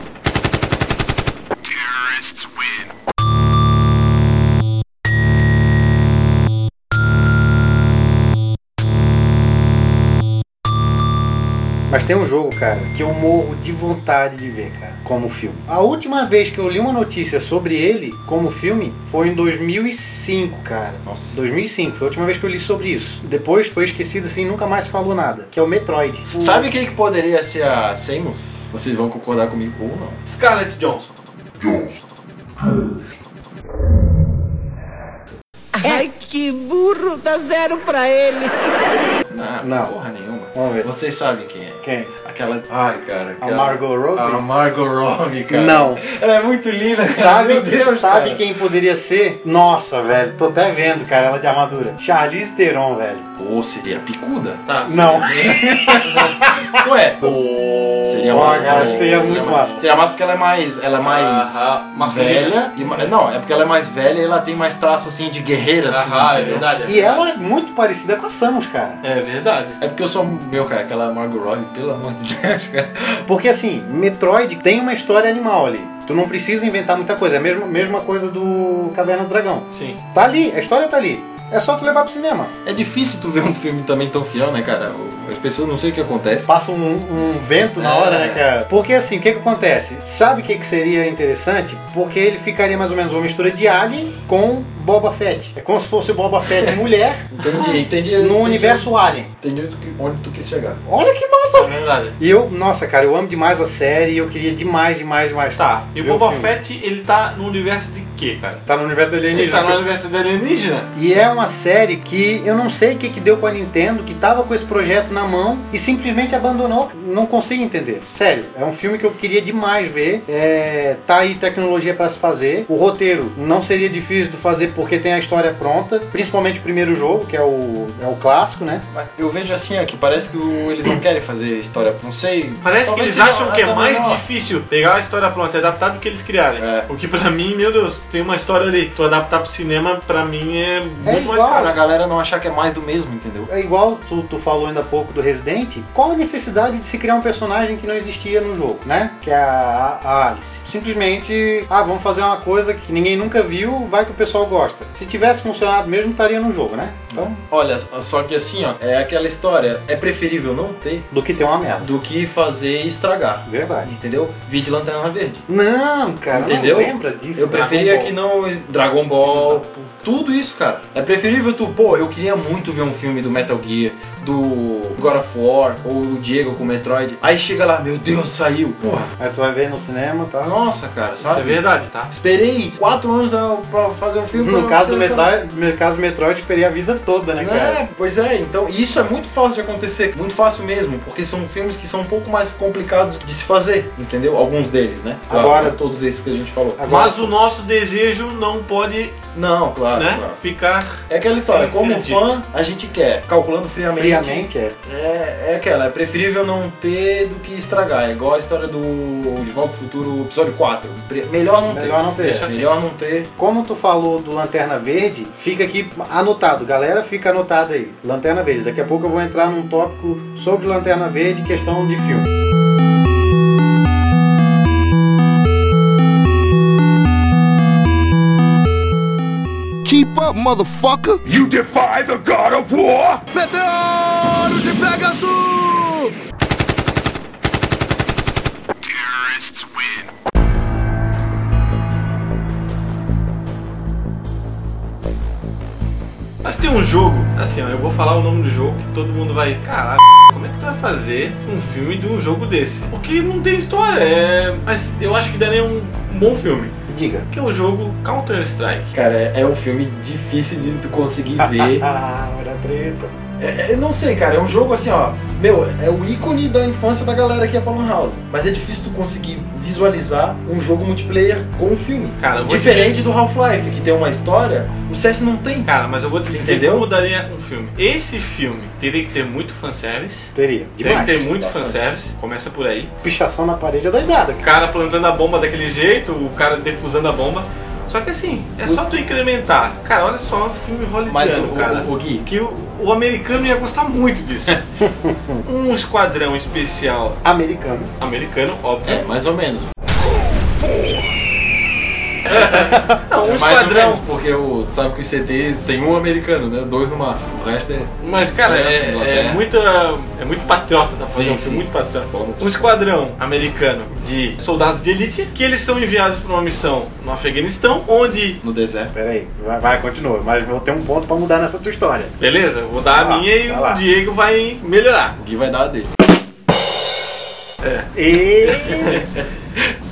A: Mas tem um jogo, cara, que eu morro de vontade de ver, cara, como filme. A última vez que eu li uma notícia sobre ele como filme foi em 2005, cara.
B: Nossa.
A: 2005 foi a última vez que eu li sobre isso. Depois foi esquecido assim, nunca mais se falou nada. Que é o Metroid. O-
B: Sabe quem que poderia ser a Samus? Vocês vão concordar comigo ou não?
C: Scarlett Johnson.
F: Ai, que burro, dá zero pra ele.
B: Não,
A: Não.
B: porra nenhuma.
A: Vamos ver.
B: Vocês sabem quem é.
A: Quem?
B: Aquela. Ai,
A: A
B: cara.
C: É.
B: aquela-
A: Margot
B: A
A: Robbie?
B: Margot Robbie, cara.
A: Não.
B: Ela é muito linda, cara.
A: Sabe,
B: Meu Deus,
A: sabe
B: cara.
A: quem poderia ser? Nossa, velho, tô até vendo, cara, ela de armadura. Charlize Theron, velho.
B: Pô, seria picuda?
C: Tá.
A: Não.
B: Ué. Seria
A: Pô,
B: massa.
A: cara,
B: também.
A: seria muito massa.
B: Seria massa porque ela é mais. Ela é mais.
C: Aham, masculina.
B: velha. e ma- não, é porque ela é mais velha e ela tem mais traço assim de guerreira, assim.
C: Aham, é
B: entendeu?
C: verdade. é
A: E
C: verdade.
A: ela é muito parecida com a Samus, cara.
C: É verdade.
B: É porque eu sou meu, cara, aquela Margot Robbie, pelo amor de Deus, cara.
A: Porque assim, Metroid tem uma história animal ali. Tu não precisa inventar muita coisa. É a mesma, mesma coisa do Caverna do Dragão.
C: Sim. é
A: Tá ali, a história tá ali. É só tu levar pro cinema.
B: É difícil tu ver um filme também tão fiel, né, cara? O- As pessoas não sei o que acontece.
A: Passa um, um vento na
B: É.
A: hora, né, cara? Porque assim, o que que acontece? Sabe o que que seria interessante? Porque ele ficaria mais ou menos uma mistura de Alien com Boba Fett. É como se fosse o Boba Fett mulher
B: Entendi, entendi.
A: no
B: entendi.
A: universo Alien.
B: Entendi onde tu- onde tu quis chegar.
A: Olha que
C: É verdade.
A: E eu, nossa, cara, eu amo demais a série e eu queria demais, demais, demais.
C: Tá. E o
A: ver o
C: Boba
A: filme.
C: Fett, ele tá no universo de quê, cara?
A: Tá no universo do
C: Ele tá
A: alienígena.
C: no universo de alienígena?
A: E é uma série que eu não sei o que, que deu com a Nintendo, que tava com esse projeto na mão e simplesmente abandonou. Não consigo entender. Sério, é um filme que eu queria demais ver. É, tá aí tecnologia pra se fazer. O roteiro não seria difícil de fazer porque tem a história pronta, principalmente o primeiro jogo, que é o, é o clássico, né?
B: Mas Eu vejo assim, ó, que parece que o- eles não querem fazer história. Não sei.
C: Parece
B: Talvez
C: que eles
B: seja-
C: acham que é
B: talvez
C: mais
B: não.
C: difícil pegar a história pronta e adaptar do que eles criarem.
B: É.
C: O que pra mim, meu Deus, tem uma história ali. Tu adaptar pro cinema, pra mim é, muito mais
A: igual.
C: caro.
B: Pra galera não achar que é mais do mesmo, entendeu?
A: É igual tu, tu falou ainda há pouco do Resident, qual a necessidade de se criar um personagem que não existia no jogo, né? Que é a, a Alice. Simplesmente, ah, vamos fazer uma coisa que ninguém nunca viu, vai que o pessoal gosta. Se tivesse funcionado mesmo, estaria no jogo, né? Então,
B: Olha, só que assim, ó, é aquela história. É preferível não ter
A: do que ter uma merda.
B: do que fazer e estragar.
A: Verdade.
B: Entendeu? Vídeo Lanterna Verde.
A: Não, cara,
B: Entendeu?
A: não lembra disso. né?
B: Eu
A: Dragon
B: preferia
A: Ball.
B: que não. Dragon Ball. Tudo isso, cara. É preferível tu, pô, eu queria muito ver um filme do Metal Gear, do God of War, ou o Diego com Metroid. Aí chega lá, meu Deus, saiu. Porra.
A: Aí é, tu vai ver no cinema tá? e tal.
B: Nossa, cara,
C: Isso é
B: sabe?
C: verdade, tá?
B: Esperei quatro anos pra- pra fazer um filme.
A: No
B: pra
A: caso do
B: selecionar.
A: Metroid, no caso do Metroid, esperei a vida toda, né, cara?
B: É, pois é, então isso é muito fácil de acontecer, muito fácil mesmo, porque são filmes que são um pouco mais complicados de se fazer, entendeu? Alguns deles, né? Claro,
A: Agora-
B: todos esses que a gente falou.
A: Agora-
C: Mas o nosso desejo não pode,
B: Não, claro,
C: né,
B: claro.
C: ficar.
B: É aquela história,
C: Sim,
B: como
C: sim,
B: fã, a gente quer, calculando friamente.
A: Friamente é.
B: É, é aquela, é preferível não ter do que estragar. É igual a história do De Volta pro Futuro, episódio 4. Pre- melhor não
A: Melhor não ter.
B: ter. assim. Melhor não ter.
A: Como tu falou do Lanterna Verde, fica aqui anotado, galera, fica anotado aí. Lanterna Verde. Daqui a pouco eu vou entrar num tópico sobre Lanterna Verde, questão de filme.
D: Keep up, motherfucker!
E: You defy the god of war?
D: Meteoro de Pegasus!
C: Mas tem um jogo, assim, ó, eu vou falar o nome do jogo que todo mundo vai. Caralho, como é que tu vai fazer um filme de um jogo desse? Porque não tem história, é. Mas eu acho que daria um bom filme.
A: Diga.
C: Que é o jogo Counter-Strike.
B: Cara, é, é um filme difícil de tu conseguir ver.
A: Ah, era treta.
B: É, eu não sei, cara. É um jogo assim, ó. Meu, é o ícone da infância da galera que é pra Lan House. Mas é difícil tu conseguir visualizar um jogo multiplayer com um filme.
C: Cara, eu vou
B: Diferente do Half-Life, que tem uma história, o CS não tem.
C: Cara, mas eu vou te dizer
B: Entendeu?
C: como daria um filme. Esse filme teria que ter muito fanservice.
A: Teria. Demais.
C: Tem que ter muito
B: Bastante.
C: fanservice. Começa por aí.
A: Pichação na parede é doidada.
C: O cara plantando a bomba daquele jeito, o cara defusando a bomba. Só que assim, é só tu incrementar. Cara, olha só o filme hollywoodiano,
B: Mas o,
C: cara.
B: o, o Gui,
C: Que o, o americano ia gostar muito disso. um esquadrão especial
A: Americano.
C: americano, óbvio.
B: mais ou menos.
C: Não, um
B: é mais ou
C: esquadrão.
B: menos, porque o, tu sabe que os CTs tem um americano, né? Dois no máximo. O resto é.
C: Mas, cara,
B: É,
C: é,
B: assim,
C: é
B: é.
C: muita. É muito patriota tá
B: Sim,
C: fazendo um
B: sim.
C: filme muito patriota. Um esquadrão americano de soldados de elite que eles são enviados para uma missão no Afeganistão, onde
B: No deserto.
A: Pera aí, vai, vai, continua. Mas vou ter um ponto pra mudar nessa tua história.
C: Beleza, eu vou dar
A: Vai
C: a
A: lá,
C: minha e
A: vai
C: o
A: lá.
C: Diego vai melhorar.
B: O Gui vai dar a dele.
A: E...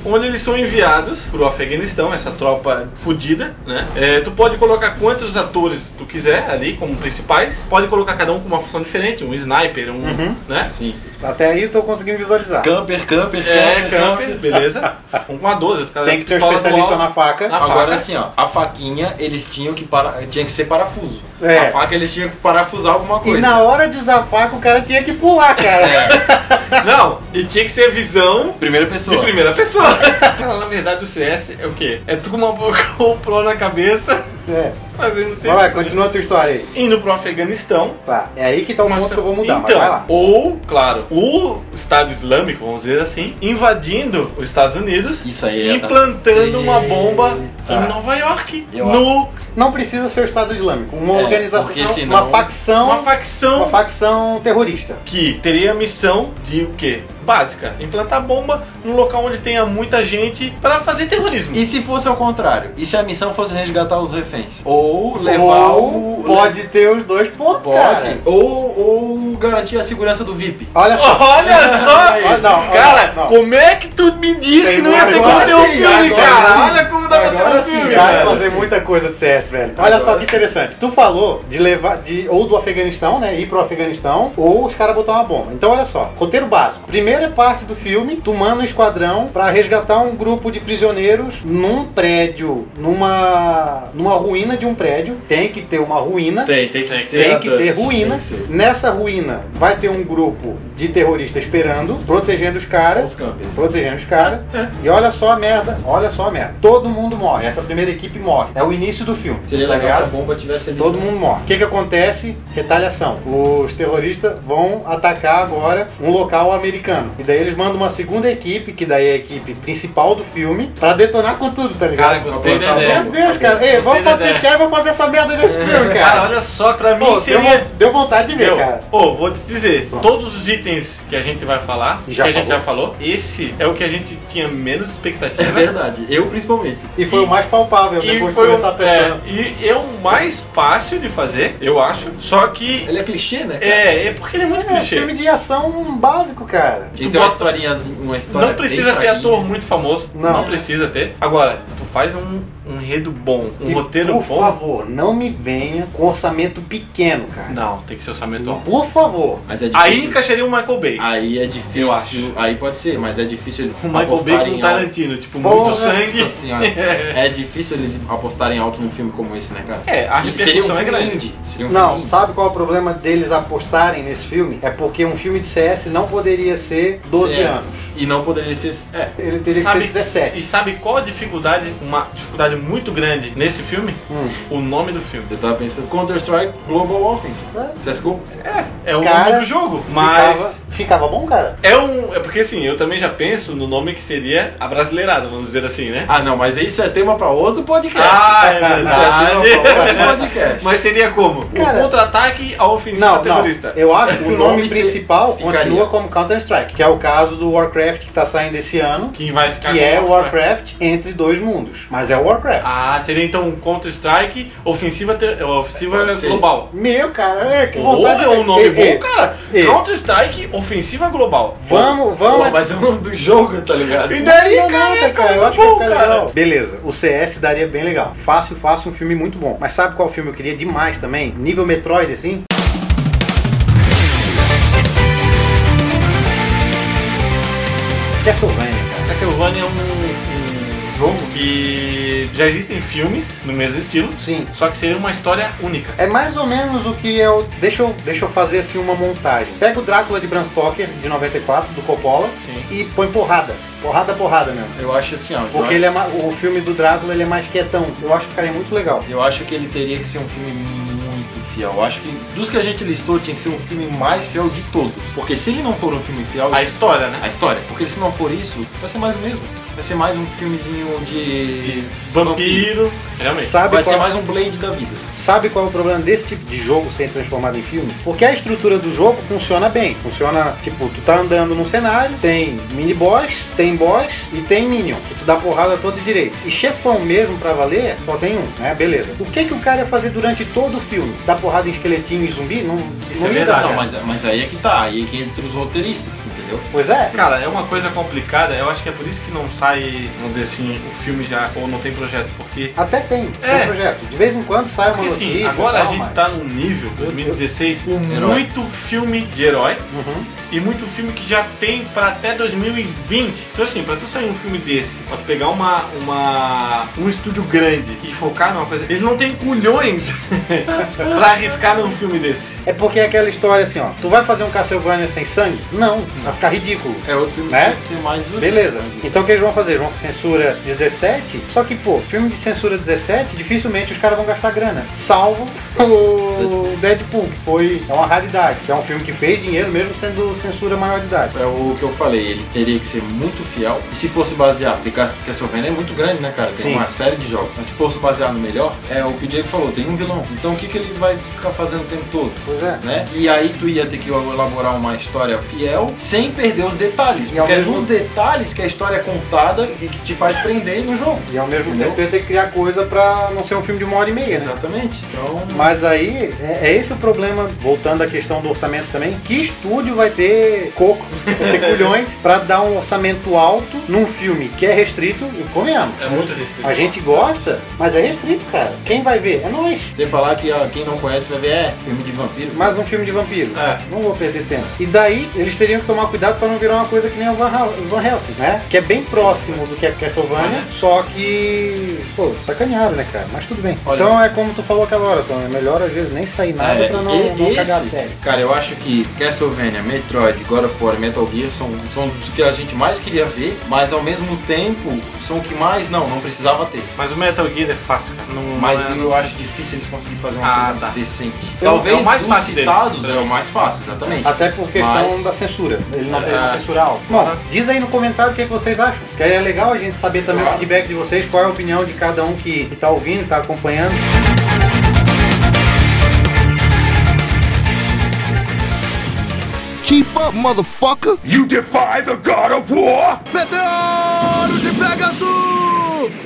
C: Onde eles são enviados pro Afeganistão, essa tropa fudida, né? É, tu pode colocar quantos atores tu quiser ali como principais. Pode colocar cada um com uma função diferente, um sniper, um,
A: Uhum.
C: né?
B: Sim.
A: Até aí eu tô conseguindo visualizar.
B: Camper, camper,
C: É, camper, beleza? Um com a 12, outro cara
A: Tem que ter um
C: pistola Ah,
A: especialista
C: dual.
A: na faca.
C: na
B: Agora
C: faca.
B: assim, ó, a faquinha eles tinham que para... tinha que ser parafuso.
A: É.
B: A faca eles tinham que parafusar alguma
A: E
B: coisa.
C: é.
A: na hora de usar a faca, o cara tinha que pular, cara.
C: Não, e tinha que ser visão
B: Primeira
C: de
B: pessoa.
C: primeira pessoa. Cara, na verdade o CS é o quê? É tu com uma com o pro na cabeça
A: É.
C: fazendo
A: Vai lá,
C: serviço.
A: continua a tua história aí.
C: Indo pro Afeganistão,
A: Tá, é aí que tá o
C: Mas-
A: ponto que eu vou mudar, mas
C: Então,
A: vai lá.
C: ou, claro, o Estado Islâmico, vamos dizer assim, invadindo os Estados Unidos
B: Isso aí
C: e
B: é.
C: plantando uma bomba
A: Eita.
C: em Nova York.
B: Eu
C: no,
A: Não precisa ser o Estado Islâmico, uma
B: É,
A: organização,
B: porque senão-
A: uma facção,
C: uma
A: uma,
C: facção
A: facção terrorista.
C: que teria a missão de o quê? Básica, implantar bomba num local onde tenha muita gente para fazer terrorismo.
B: E se fosse ao contrário? E se a missão fosse resgatar os reféns? Ou levar
A: Ou
B: o.
A: pode ter os dois pontos,
B: Pode.
A: cara.
B: Ou, ou garantir a segurança do VIP.
A: Olha só.
C: Olha só!
A: Olha, não,
C: cara,
A: olha, não.
C: como é que tu me disse
A: Tem
C: que não ia
A: uma-
C: ter como
A: agora
C: ter um
B: sim,
C: filme,
B: agora
C: cara?
B: sim.
C: Olha como dá pra ter
B: Agora
C: um
B: sim,
C: filme,
A: Dá pra
C: cara.
A: fazer muita coisa de CS, velho. assim, Tá Olha
B: Agora
A: só que
B: sim.
A: interessante. Tu falou de levar de ou do Afeganistão, né? Ir pro Afeganistão, ou os caras botar uma bomba. Então olha só, roteiro básico. Primeira parte do filme, tu manda um esquadrão pra resgatar um grupo de prisioneiros num prédio, numa numa ruína de um prédio. Tem que ter uma ruína.
C: Tem, tem, tem.
A: Tem que ter ruína.
B: Tem que ser.
A: Nessa ruína vai ter um grupo de terroristas esperando, protegendo os caras.
B: Os campers.
A: Protegendo os caras. E olha só a merda, olha só a merda. Todo mundo morre, essa primeira equipe morre. É o início do filme.
B: Seria
A: tá
B: legal se a
A: ligado?
B: bomba tivesse ali.
A: Todo mundo morre. O que, que acontece? Retaliação. Os terroristas vão atacar agora um local americano. E daí eles mandam uma segunda equipe, que daí é a equipe principal do filme, pra detonar com tudo, tá
C: Cara,
A: ligado?
C: gostei da
A: Meu
C: ideia.
A: Deus, cara. Ei,
C: Gostei
A: vamos
C: da É.
A: pra Titiá e vamos fazer essa merda desse filme,
C: Cara,
A: cara.
C: olha só, pra mim
A: Pô, deu,
C: seria.
A: vo- deu vontade de ver,
C: Eu,
A: cara.
C: pô, vou te dizer, todos os itens que a gente vai falar,
A: E já
C: que a gente
A: falou.
C: já falou, esse é o que a gente tinha menos expectativa.
B: É verdade, eu principalmente.
A: E foi o mais palpável
C: E
A: depois de
C: foi o,
A: começar a pensar.
C: é, e é o mais fácil de fazer, eu acho. Só que
B: Ele é clichê, né? cara?
C: é, é porque ele é muito
A: É,
C: clichê.
A: filme de ação básico, cara.
B: E tem uma historinha, uma história.
C: Não precisa
B: bem
C: ter
B: fraquinha.
C: ator muito famoso,
A: é Não.
C: não, precisa ter. Agora, tu faz um, um enredo bom, um
A: E,
C: roteiro
A: por
C: bom.
A: favor, não me venha com orçamento pequeno, cara.
C: Não, então. tem que ser orçamento alto.
A: Por favor.
B: Mas é difícil.
C: Aí encaixaria o Michael
A: Ah,
C: Bay.
B: Aí é difícil.
C: Eu acho.
B: Aí pode ser, mas é difícil eles
C: o Michael Bay
B: apostarem
C: com o
B: em
C: Tarantino, tipo,
A: Porra.
C: muito
B: alto.
C: sangue.
B: Nossa senhora. é difícil eles apostarem alto num filme como esse, né, cara?
C: É, a
B: seria um
C: repercussão é grande.
B: indie, Seria um
A: Não,
B: filme
A: sabe qual é o problema deles apostarem nesse filme? É porque um filme de CS não poderia ser 12
B: Certo.
A: anos.
B: E não poderia ser. É.
A: Ele teria
C: Sabe-
A: que ser 17.
C: E sabe qual a dificuldade, uma dificuldade muito grande nesse filme?
A: Hum.
C: O nome do filme.
B: Eu tava pensando Counter-Strike Global Offensive.
A: É.
B: CSGO?
C: É o
A: Cara,
C: nome do jogo, mas...
A: Ficava, ficava bom, cara?
C: É um. É porque assim, eu também já penso no nome que seria a brasileirada, vamos dizer assim, né?
B: Ah, não, mas isso é tema pra outro podcast.
A: Ah,
C: é
B: isso é tema pra outro podcast.
C: Mas seria como?
A: Cara-
C: o contra-ataque à ofensiva
A: Não, não.
C: terrorista.
A: Eu acho que
B: O
A: o nome
B: nome se-
A: principal
B: ficaria.
A: continua como Counter-Strike, que é o caso do Warcraft que tá saindo esse ano,
C: Quem vai ficar
A: que
C: com
A: é
C: o
A: Warcraft entre dois mundos. Mas é o Warcraft.
C: Ah, seria então um Counter-Strike ofensiva, ter- eh, ofensiva
B: Pode ser.
C: global.
A: Meu, cara, é, que
C: Ou
A: Ah, vontade.
C: é um nome
A: Ei,
C: bom,
A: ei,
C: cara.
A: ei.
C: Counter-Strike ofensiva global.
A: Vamos, vamos.
B: Pô, mas é o nome do jogo, tá ligado?
C: E daí,
A: Não, não,
C: cara,
A: tá,
C: fica
A: eu
C: muito
A: acho que
C: bom,
A: fica
C: cara.
A: legal. Beleza, o CS daria bem legal. Fácil, fácil, um filme muito bom. Mas sabe qual filme eu queria demais também? Nível Metroid, assim? Castlevania, cara.
C: Castlevania é um, um jogo que já existem filmes no mesmo estilo,
A: Sim.
C: só que seria uma história única.
A: É mais ou menos o que eu. Deixa eu, deixa eu fazer assim uma montagem. Pega o Drácula de Bram Stoker, de 94, do Coppola,
C: Sim.
A: e põe porrada. Porrada, porrada mesmo.
B: Eu acho assim, ó.
A: Porque
B: eu,
A: ele é ma- o filme do Drácula ele é mais quietão. Eu acho que ficaria muito legal.
B: eu acho que ele teria que ser um filme muito fiel. Eu acho que dos que a gente listou tinha que ser um filme mais fiel de todos. Porque se ele não for um filme fiel,
C: A história, né?
B: a história. Porque se não for isso, vai ser mais o mesmo. Vai ser mais um filmezinho de.
C: Vampiro. Realmente.
A: Sabe
B: Vai ser
A: qual,
B: mais um Blade da vida.
A: sabe qual é o problema desse tipo de jogo ser transformado em filme? Porque a estrutura do jogo funciona bem. Funciona, tipo, tu tá andando num cenário, tem mini boss, tem boss e tem minion, que tu dá porrada todo direito. E chefão mesmo pra valer, só tem um, né? Beleza. O que que o cara ia fazer durante todo o filme? Dar porrada em esqueletinho e zumbi? Não,
C: Isso
A: não ia
C: é verdade,
A: dar.
B: Não,
A: cara.
B: mas, mas aí é que tá. Aí é que entra os roteiristas, entendeu?
A: Pois é.
C: Cara, é uma coisa complicada, eu acho que é por isso que não sai, vamos dizer assim, o filme já, ou não tem projeto, porque.
A: Até tem, tem
C: É.
A: projeto. De vez em quando sai uma
C: Porque
A: notícia.
C: assim,
A: e
C: agora a
A: tal,
C: gente
A: mas- Um
C: tá num nível, 2016, com
B: Herói.
C: muito filme de herói
A: Uhum.
C: e muito filme que já tem pra até 2020. Então assim, pra tu sair um filme desse, pra tu pegar uma, uma, um estúdio grande e focar numa coisa, eles não têm culhões pra arriscar num filme desse.
A: É porque é aquela história assim, ó. Tu vai fazer um Castlevania sem sangue? Não, vai ficar ridículo.
B: É outro filme
A: Né?
B: que tem que ser mais.
A: Beleza. Então o que eles vão fazer? Eles vão censura 17? Só que, pô, filme de censura 17, dificilmente os caras vão gastar grana. Salvo o Deadpool, que foi é uma raridade. Que é um filme que fez dinheiro mesmo sendo censura maior de idade.
B: É o que eu falei, ele teria que ser muito fiel. E se fosse baseado, porque Cas- Castlevania é muito grande, né, cara? Tem
A: Sim.
B: uma série de jogos. Mas se fosse baseado no melhor, é o que o Diego falou, tem um vilão. Então o que, que ele vai ficar fazendo o tempo todo?
A: Pois é.
B: Né? E aí tu ia ter que elaborar uma história fiel sem perder os detalhes.
A: E ao
B: porque é
A: mesmo-
B: nos detalhes que a história é contada e que te faz prender no jogo.
A: E ao mesmo
B: Entendeu?
A: tempo tu ia ter que criar coisa pra não ser um filme de uma hora e meia, né?
B: Exatamente. Então.
A: Mas aí, é, é esse o problema, voltando à questão do orçamento também, que estúdio vai ter coco, vai ter culhões, pra dar um orçamento alto num filme que é restrito, e convenhamos.
C: É muito restrito.
A: A gente gosta, mas é restrito, cara. Quem vai ver? É nós.
B: Sem falar que ó, quem não conhece vai ver, é filme de vampiro.
A: Mais um filme de vampiro.
C: É.
A: Não vou perder tempo. E daí, eles teriam que tomar cuidado pra não virar uma coisa que nem o Van, Hal- o Van Helsing, né? Que é bem próximo do que é Castlevania, só que... Pô, sacanearam, né, cara? Mas tudo bem.
B: Olha.
A: Então é como tu falou aquela hora, Tom. É melhor, às vezes, nem sair nada
B: É,
A: pra não,
B: e-
A: não
B: esse-
A: cagar a série.
B: Cara, eu acho que Castlevania, Metroid, God of War e Metal Gear são, são os que a gente mais queria ver, mas ao mesmo tempo são o que mais não, não precisava ter.
C: Mas o Metal Gear é fácil, cara. Não,
B: Mas
C: não é-
B: eu acho difícil eles conseguirem fazer uma
C: Ah,
B: coisa
C: tá.
B: decente.
C: É o-
B: Talvez
C: é o mais
B: dos
C: fácil deles.
B: citados é o mais fácil, exatamente.
A: Até por questão
B: Mas-
A: da censura. Ele não teve uma
B: Ah.
A: censura alta. Bom, diz aí no comentário o que, é que vocês acham. Que é legal a gente saber também
B: Claro.
A: o feedback de vocês, qual é a opinião de cada um que está ouvindo, está acompanhando.
D: Keep up, motherfucker!
E: You defy the god of war?
D: Meteoro de Pegasus!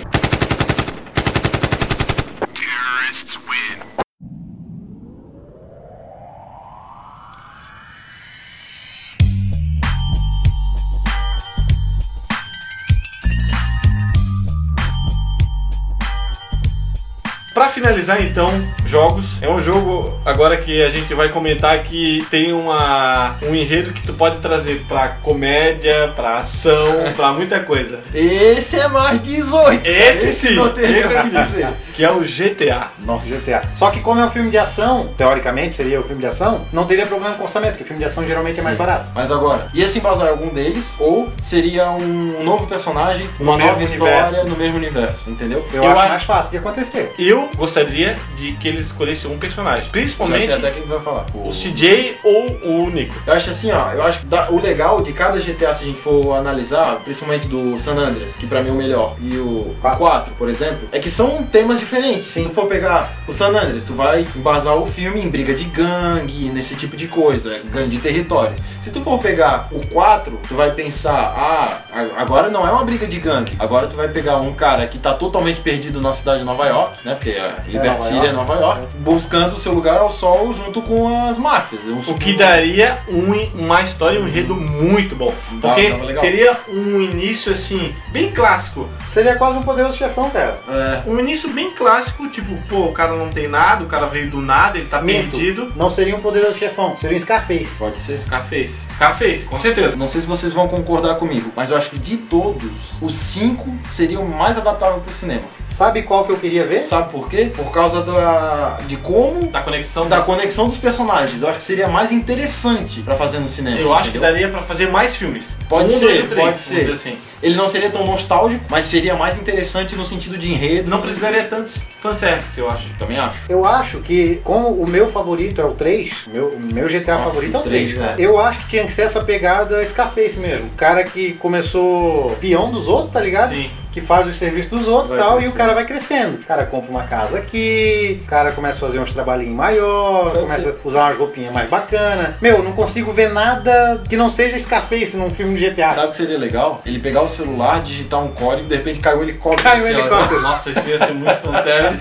C: Pra finalizar então, jogos. É um jogo agora que a gente vai comentar que tem uma, um enredo que tu pode trazer pra comédia, pra ação, pra muita coisa.
B: Esse é mais 18.
C: Esse sim,
B: não tem
C: esse
B: o que
C: sim.
B: dizer.
C: Que é o GTA.
B: Nossa.
A: GTA. Só que como é um filme de ação, teoricamente seria um filme de ação, não teria problema com orçamento, porque filme de ação geralmente é mais
B: Sim.
A: barato.
B: Mas agora, ia se embasar em algum deles, ou seria um novo personagem, uma
C: mesmo
B: nova história
C: universo.
B: no mesmo universo, entendeu?
A: Eu,
C: Eu
A: acho
C: acho-
A: mais fácil de acontecer.
C: Eu gostaria de que eles escolhessem um personagem.
B: Já
C: Principalmente
B: sei até quem vai falar.
C: o CJ ou o Nico.
B: Eu acho assim, ó, eu acho que dá- o legal de cada GTA, se a gente for analisar, principalmente do San Andreas, que pra mim é o melhor, e o
A: Quatro.
B: 4, por exemplo, é que são temas diferentes. Se tu for pegar o San Andreas, tu vai embasar o filme em briga de gangue, nesse tipo de coisa, gangue de território. Se tu for pegar o 4, tu vai pensar, ah, a- agora não é uma briga de gangue, agora tu vai pegar um cara que tá totalmente perdido na cidade de Nova York, né, porque a Liberty
A: Nova
B: City é Nova York, buscando o seu lugar ao sol junto com as máfias.
C: O que daria um- uma história e um enredo muito bom.
B: Dava-
C: Porque
B: dava legal.
C: teria um início assim, bem clássico.
A: Seria quase um poderoso chefão, cara.
B: É,
C: Um início bem clássico, tipo, pô, o cara não tem nada, o cara veio do nada, ele tá
A: Minto.
C: perdido.
A: Não seria um poderoso chefão, seria um Scarface.
B: pode ser.
C: Scarface. Scarface, com certeza.
B: Não sei se vocês vão concordar comigo, mas eu acho que de todos, os cinco seriam mais adaptáveis pro cinema.
A: Sabe qual que eu queria ver?
B: Sabe por quê? Por causa da, de como.
C: Da conexão
B: Da conexão dos personagens. Eu acho que seria mais interessante pra fazer no cinema.
C: Eu acho que
B: entendeu?
C: daria pra fazer mais filmes.
B: Pode
C: um,
B: ser,
C: dois e três,
B: pode
C: vamos
B: ser.
C: dizer assim.
B: Ele não seria tão nostálgico, mas seria mais interessante no sentido de enredo.
C: Não precisaria tanto fanservice, eu acho.
B: Também acho.
A: Eu acho que, como o meu favorito é o 3, meu, o meu GTA
B: Nossa,
A: favorito é o
B: três,
A: 3,
B: né?
A: eu acho que tinha que ser essa pegada Scarface mesmo. O cara que começou peão dos outros, tá ligado?
C: Sim.
A: Que faz os serviços dos outros e
B: Vai
A: tal, e
B: crescendo.
A: o cara vai crescendo. O cara compra uma casa aqui, o cara começa a fazer uns trabalhinhos maior,
B: Pode
A: começa a usar umas roupinhas mais bacanas. Meu, não consigo ver nada que não seja Scarface num filme de GTA.
B: Sabe o que seria legal? Ele pegar o celular, digitar um código e de repente caiu o helicóptero.
A: Cai o
B: assim, ó.
A: helicóptero.
C: Nossa, isso ia ser muito fanservice.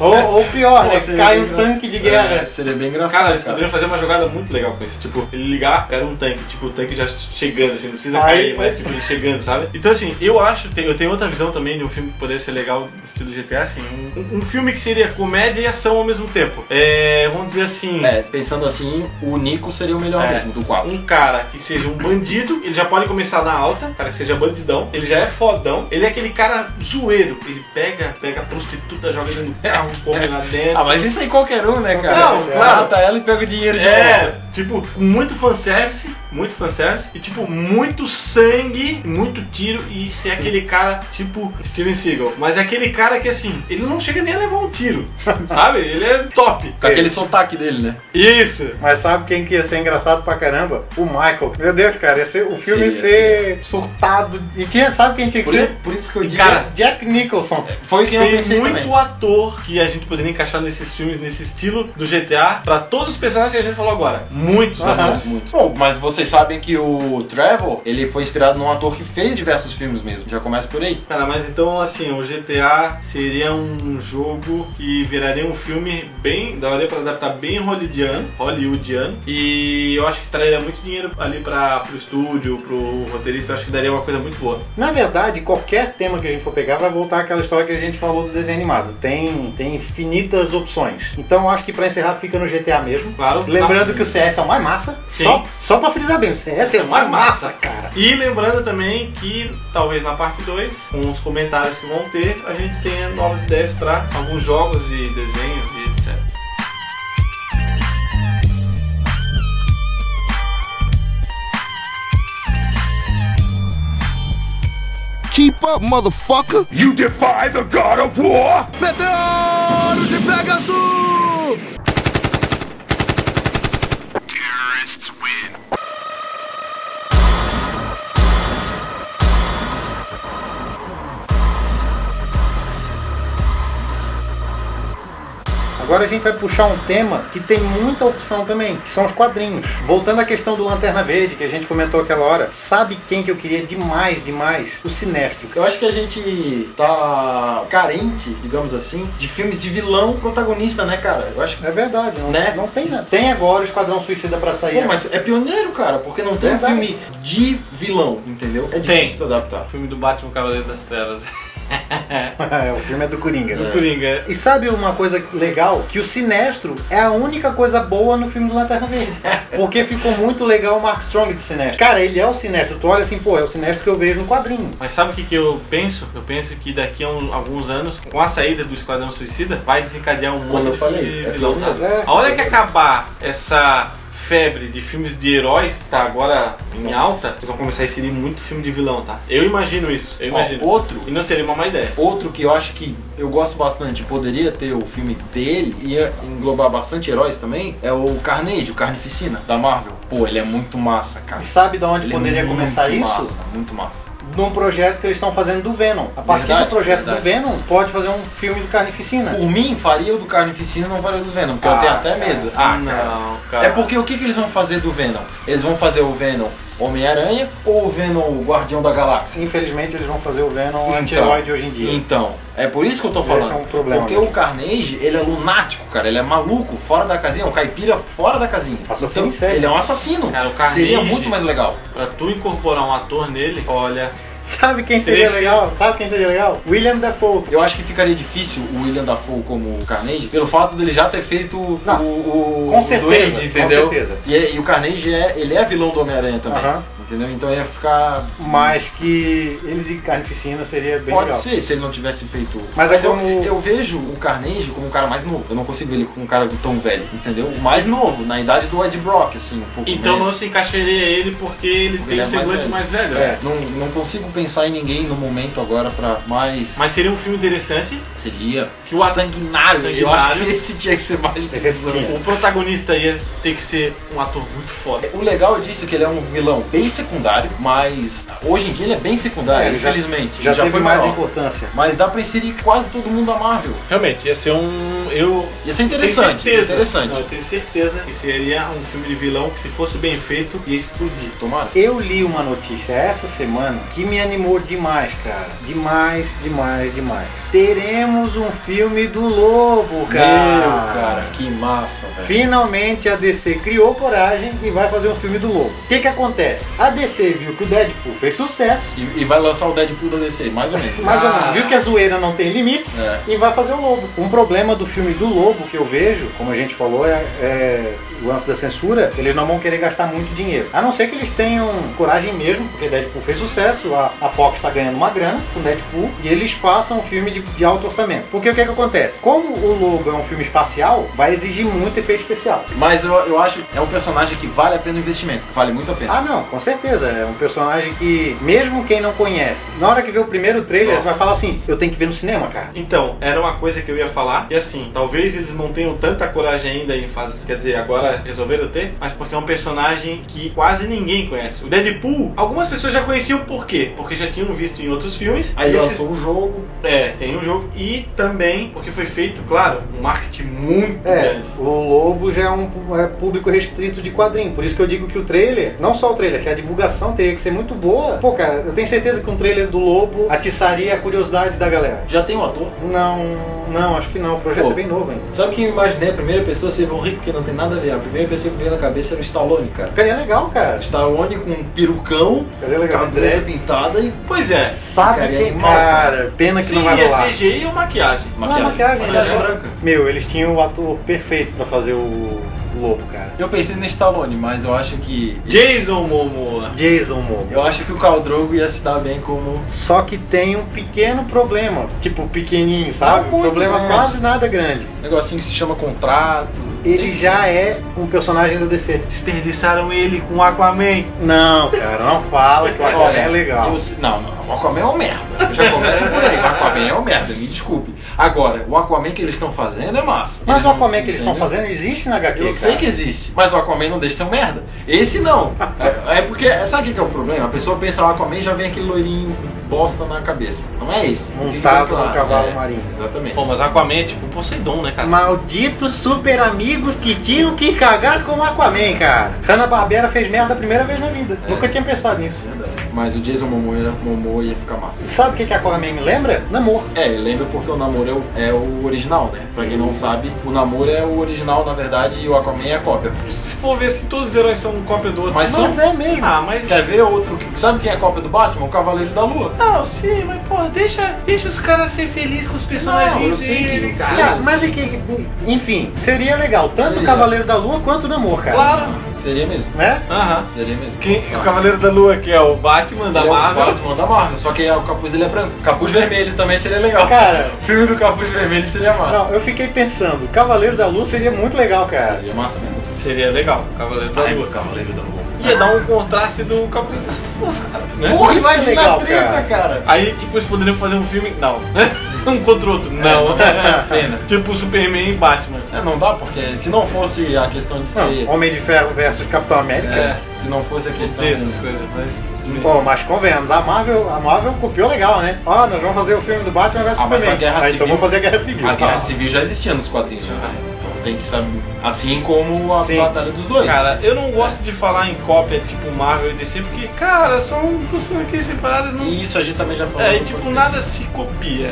A: Ou, ou pior,
B: Pô,
A: né?
B: seria
A: Cai
B: bem
A: um
B: engra-
A: tanque de guerra.
B: É, seria bem engraçado.
C: Cara,
B: Cara,
C: eles poderiam fazer uma jogada muito legal com isso. Tipo, ele ligar, era um tanque. Tipo, o tanque já chegando, assim, não precisa
A: Aí,
C: cair, mas tipo, ele chegando, sabe? Então, assim, eu acho, tem- eu tenho outra visão também de um filme que poderia ser legal no estilo GTA, assim. Um, um filme que seria comédia e ação ao mesmo tempo. É, vamos dizer assim.
B: É, pensando assim, o Nico seria o melhor
C: É.
B: mesmo do 4.
C: um cara que seja um bandido, ele já pode começar na alta, um cara que seja bandidão, ele já é fodão, ele é aquele cara zoeiro, ele pega, pega a prostituta, joga dentro do carro, come lá
B: Ah,
C: dentro.
B: mas isso aí qualquer um, né, cara?
C: Não, claro.
B: Mata ela e pega o dinheiro de volta.
C: É, tipo, muito fanservice, muito fanservice, e tipo, muito sangue, muito tiro, e ser aquele cara, tipo, Steven Seagal. Mas é aquele cara que assim, ele não chega nem a levar um tiro, sabe? Ele é top.
B: Com aquele sotaque dele, né?
C: Isso!
A: Mas sabe quem que ia ser engraçado pra caramba? O Michael. Meu Deus, cara, ia ser, o filme ia
B: Sim, ia
A: ser surtado. E tinha, sabe quem tinha que
B: Por,
A: ser?
B: por isso que eu digo.
C: Cara,
A: Jack Nicholson.
B: foi quem eu
C: Tem
B: pensei
C: muito
B: também.
C: ator que a gente poderia encaixar nesses filmes, nesse estilo do GTA, pra todos os personagens que a gente falou agora. Muitos
A: Aham.
C: atores.
B: Muito. Bom, mas vocês sabem que o Trevor, ele foi inspirado num ator que fez diversos filmes mesmo. Já começa por aí.
C: Cara, mas então assim, o GTA seria um jogo que viraria um filme bem, daria pra adaptar bem hollywoodiano, hollywoodiano. E eu acho que traria muito dinheiro ali pra, pro estúdio, pro roteirista, eu acho que daria uma coisa muito boa.
A: Na verdade, qualquer tema que a gente for pegar vai voltar àquela história que a gente falou do desenho animado. Tem, tem infinitas opções. Então acho que pra encerrar fica no GTA mesmo.
C: Claro.
A: Lembrando que o CS é o mais massa.
C: Sim.
A: Só, só pra frisar bem, o CS é o mais massa, cara.
C: E lembrando também que talvez na parte 2, com os comentários que vão ter, a gente tenha novas ideias pra alguns jogos e desenhos e etc.
D: Keep up, motherfucker!
E: You defy the god of war?
D: Meteoro de Pegasus!
A: Agora a gente vai puxar um tema que tem muita opção também, que são os quadrinhos. Voltando à questão do Lanterna Verde, que a gente comentou aquela hora, sabe quem que eu queria demais, demais? O Sinestro.
B: Eu acho que a gente tá carente, digamos assim, de filmes de vilão protagonista, né, cara? Eu acho que.
A: É verdade, não,
B: Né?
A: não tem nada. Tem agora o Esquadrão Suicida pra sair.
B: Pô, mas é pioneiro, cara, porque não tem um
A: Verdade.
B: filme de vilão, entendeu? É difícil tu adaptar.
C: O filme do Batman Cavaleiro das Trevas.
A: É, o filme é do Coringa.
C: Do Coringa.
A: E sabe uma coisa legal? Que o Sinestro é a única coisa boa no filme do Lanterna Verde. Porque ficou muito legal o Mark Strong de Sinestro. Cara, ele é o Sinestro. Tu olha assim, pô, é o Sinestro que eu vejo no quadrinho.
C: Mas sabe o que, que eu penso? Eu penso que daqui a um- alguns anos, com a saída do Esquadrão Suicida, vai desencadear um
B: Como eu
C: monte
B: falei,
C: de
B: é
C: vilão. tá?
B: tudo,
A: é.
C: A hora que acabar essa febre de filmes de heróis que tá agora em alta, eles vão começar a inserir muito filme de vilão, tá? Eu imagino isso. Eu
B: Ó,
C: imagino.
B: outro.
C: E não seria uma má ideia.
B: Outro que eu acho que eu gosto bastante, poderia ter o filme dele, ia englobar bastante heróis também, é o Carnage, o Carnificina, da Marvel. Pô, ele é muito massa, cara.
A: E sabe de onde
B: Ele é
A: poderia
B: muito
A: começar isso?
B: Massa, muito massa.
A: Num projeto que eles estão fazendo do Venom. A partir
B: Verdade,
A: do projeto
B: verdade.
A: do Venom, pode fazer um filme do Carnificina.
B: Por mim, faria o do Carnificina não faria o do Venom, porque eu
A: Ah,
B: tenho até
A: cara.
B: medo.
C: não, cara.
B: É porque o que, que eles vão fazer do Venom? Eles vão fazer o Venom Homem-Aranha ou o Venom Guardião da Galáxia?
A: Infelizmente, eles vão fazer o Venom anti-herói de hoje em dia.
B: Então, é por isso que eu tô
A: Esse
B: falando.
A: é um problema.
B: Porque o Carnage, ele é lunático, cara. Ele é maluco, fora da casinha. É um caipira fora da casinha.
A: Assassino em
B: então,
A: série.
B: Ele é um assassino.
C: Cara, o Carnage-
B: Seria muito mais legal.
C: Pra tu incorporar um ator nele, olha.
A: Sabe quem
C: Seria
A: seria
C: que sim.
A: legal? Sabe quem seria legal? William Dafoe.
B: Eu acho que ficaria difícil o William Dafoe como o Carnage, pelo fato dele já ter feito o-
A: Não,
B: o, o
A: Com certeza,
B: Duende,
A: com
B: entendeu?
A: certeza.
B: E, é- e o Carnage é, ele é vilão do Homem-Aranha também,
A: Aham.
B: entendeu? Então ia ficar
A: Mas que ele de carnificina seria bem
B: Pode
A: legal.
B: ser, se ele não tivesse feito.
A: Mas é como-
B: eu, eu vejo o Carnage como um cara mais novo. Eu não consigo ver ele como um cara tão velho, entendeu? O Mais novo, na idade do Ed Brock, assim, um pouco.
C: Então não
B: menos.
C: se encaixaria ele porque ele
B: Porque
C: tem um
B: ele é mais
C: semblante
B: velho.
C: mais velho.
B: É,
C: né?
B: não, não consigo pensar em ninguém no momento agora pra mais.
C: Mas seria um filme interessante.
B: seria.
C: Que o-
B: sanguinário, Eu acho
C: Sanguinário.
B: que esse tinha que ser mais.
A: Esse tinha.
C: O protagonista ia ter que ser um ator muito foda.
B: O legal disso é que ele é um vilão bem secundário, mas hoje em dia ele é bem secundário,
A: É, ele já-
B: infelizmente. Ele
A: Já, teve
B: foi
A: mais
B: maior.
A: importância.
B: Mas dá pra inserir quase todo mundo a Marvel.
C: Realmente, ia ser um. Eu.
B: Ia ser
C: tenho
B: interessante.
C: certeza- É.
B: Interessante.
C: Não, eu tenho certeza que seria um filme de vilão que, se fosse bem feito, ia explodir.
B: Tomara.
A: Eu li uma notícia essa semana que me animou demais, cara. Demais, demais, demais. Teremos um filme do Lobo, cara.
B: Meu, cara, que massa, velho.
A: Finalmente a DC criou coragem e vai fazer um filme do Lobo. O que que acontece? A DC viu que o Deadpool fez sucesso,
B: E, e vai lançar o Deadpool da DC, mais ou menos.
A: mas ou
B: Ah,
A: menos, viu que é- a zoeira não tem limites e vai fazer o Lobo. Um problema do filme do Lobo que eu vejo, como a gente falou, é, é o lance da censura. Eles não vão querer gastar muito dinheiro. A não ser que eles tenham coragem mesmo, porque Deadpool fez sucesso, a, a Fox está ganhando uma grana com Deadpool, e eles façam um filme de, de alto orçamento. Porque o que, que acontece? Como o Lobo é um filme espacial, vai exigir muito efeito especial.
B: Mas eu, eu acho que é um personagem que vale a pena o investimento. Vale muito a pena.
A: Ah, não, com certeza. É um personagem que, mesmo quem não conhece, na hora que vê o primeiro trailer,
C: Nossa.
A: vai falar assim: eu tenho que ver no cinema, cara.
C: Então, era uma coisa que eu ia falar. E assim, talvez eles não tenham tanta coragem ainda em fazer. Quer dizer, agora resolveram ter, mas porque é um personagem que quase ninguém conhece. O Deadpool, algumas pessoas já conheciam por quê? Porque já tinham visto em outros filmes.
A: Ah,
B: Aí
C: Esses-
B: lançou o jogo.
C: É, tem um jogo. E também porque foi feito, claro, um marketing muito
A: É,
C: grande.
A: o Lobo já é um pu- é público restrito de quadrinho. Por isso que eu digo que o trailer, não só o trailer, que a divulgação teria que ser muito boa. Pô, cara, eu tenho certeza que um trailer do Lobo atiçaria a curiosidade da galera.
B: Já tem o ator.
A: Não, não, acho que não. O projeto
B: Pô.
A: é bem novo ainda.
B: Sabe quem eu imaginei? A primeira pessoa, vocês vão rir porque não tem nada a ver. A primeira pessoa que veio na cabeça era o Stallone, cara.
A: Ficaria legal, cara.
B: Stallone com um perucão,
A: Ficaria legal.
B: cabeça pintada e.
C: Pois é.
A: Sabe
B: Ficaria
A: quem,
B: animal,
A: cara? Pena que
C: Se
A: não vai
C: é
A: rolar.
C: CGI ou maquiagem?
A: Não, Ah, maquiagem,
B: maquiagem
A: maquiagem.
B: branca.
A: Meu, eles tinham o ator perfeito pra fazer o Lobo, cara.
B: Eu pensei no Stallone, mas eu acho que.
C: Jason Momoa.
A: Jason Momoa.
B: Eu acho que o Caldrogo ia se dar bem como.
A: Só que tem um pequeno problema, tipo pequenininho,
B: Não
A: sabe? Um
B: muito
A: problema
B: grande.
A: quase nada grande.
B: Um negocinho que se chama contrato.
A: ele já é um personagem da DC.
C: Desperdiçaram ele com Aquaman.
A: Não, cara, não fala que o Aquaman é
B: Olha,
A: legal.
B: eu se- não, não, o Aquaman é um merda. Eu já começo por aí. O Aquaman é um merda, me desculpe. Agora, o Aquaman que eles estão fazendo é massa.
A: Mas o
B: não-
A: Aquaman que eles estão
B: entendeu?
A: fazendo existe na HQ,
B: Eu sei
A: cara.
B: que existe, mas o Aquaman não deixa de ser um merda. Esse não. É, é porque, sabe o que que é o problema? A pessoa pensa o Aquaman e já vem aquele loirinho bosta na cabeça. Não é esse. Fica
A: Montado
B: claro.
A: num cavalo
B: É,
A: marinho.
B: Exatamente.
C: Pô, mas Aquaman é tipo Poseidon, né, cara?
A: Malditos super amigos que tinham que cagar com o Aquaman, cara. Hanna-Barbera fez merda a primeira vez na vida.
B: É.
A: Nunca tinha pensado nisso.
B: Mas o Jason Momoa, Momoa ia ficar massa.
A: Sabe o que, que Aquaman me lembra? Namor.
B: É, lembra porque o namoro é o, é o original, né? Pra quem não sabe, o namoro é o original, na verdade, e o Aquaman é a cópia.
C: Se for ver se todos os heróis são cópia do outro.
B: Mas são-
A: Mas é mesmo.
C: Ah, mas.
B: Quer ver outro que. Sabe quem é a cópia do Batman? O Cavaleiro da Lua.
C: Não, sim, mas porra, deixa, deixa os caras serem felizes com os
B: Não, eu
C: personagens
B: sei que-
C: dele, cara.
A: Cara, mas é que, enfim, seria legal. Tanto
B: Seria.
A: o Cavaleiro da Lua quanto o Namor, cara.
C: Claro.
B: Seria mesmo.
A: Né?
C: Aham.
B: Seria mesmo.
C: Quem-
B: Não.
C: O Cavaleiro da Lua, que é o Batman da
B: Ele é o
C: Marvel.
B: Batman da Marvel, só que o capuz dele é branco. Capuz vermelho também seria legal.
A: Cara.
B: o filme do capuz vermelho seria massa.
A: Não, eu fiquei pensando, Cavaleiro da Lua seria muito legal, cara.
B: Seria massa mesmo.
C: Seria legal, o Cavaleiro da Lua.
B: Cavaleiro da Lua.
C: Ia dar um contraste do Cavaleiro das Trevas, cara. Né?
B: Porra,
A: Isso que é
B: imagina
A: legal,
B: a treta,
A: cara.
B: cara.
C: Aí, tipo, eles poderiam fazer um filme. Não. um contra o
B: É,
C: outro. Não.
B: Pena.
C: tipo Superman e Batman.
B: É, não dá, porque se não fosse a questão de ser.
A: Não, Homem de Ferro versus Capitão América.
B: É, se não fosse a questão.
C: Dessas coisas, mas.
A: Pô, mas convenhamos, a Marvel, a Marvel copiou legal, né? Ó, nós vamos fazer o filme do Batman versus
B: Ah, mas a
A: Superman.
B: Guerra
A: ah, então
B: Civil-
A: vamos fazer a Guerra Civil.
B: A guerra
A: Ah.
B: civil já existia nos quadrinhos, né? Então tem que saber. Assim como a
A: Sim.
B: batalha dos dois.
C: Cara, eu não gosto de falar em cópia tipo Marvel e DC, porque, cara, são duas franquias separadas, não.
B: E isso a gente também já falou.
C: É, e
B: no
C: tipo,
B: podcast.
C: nada se copia.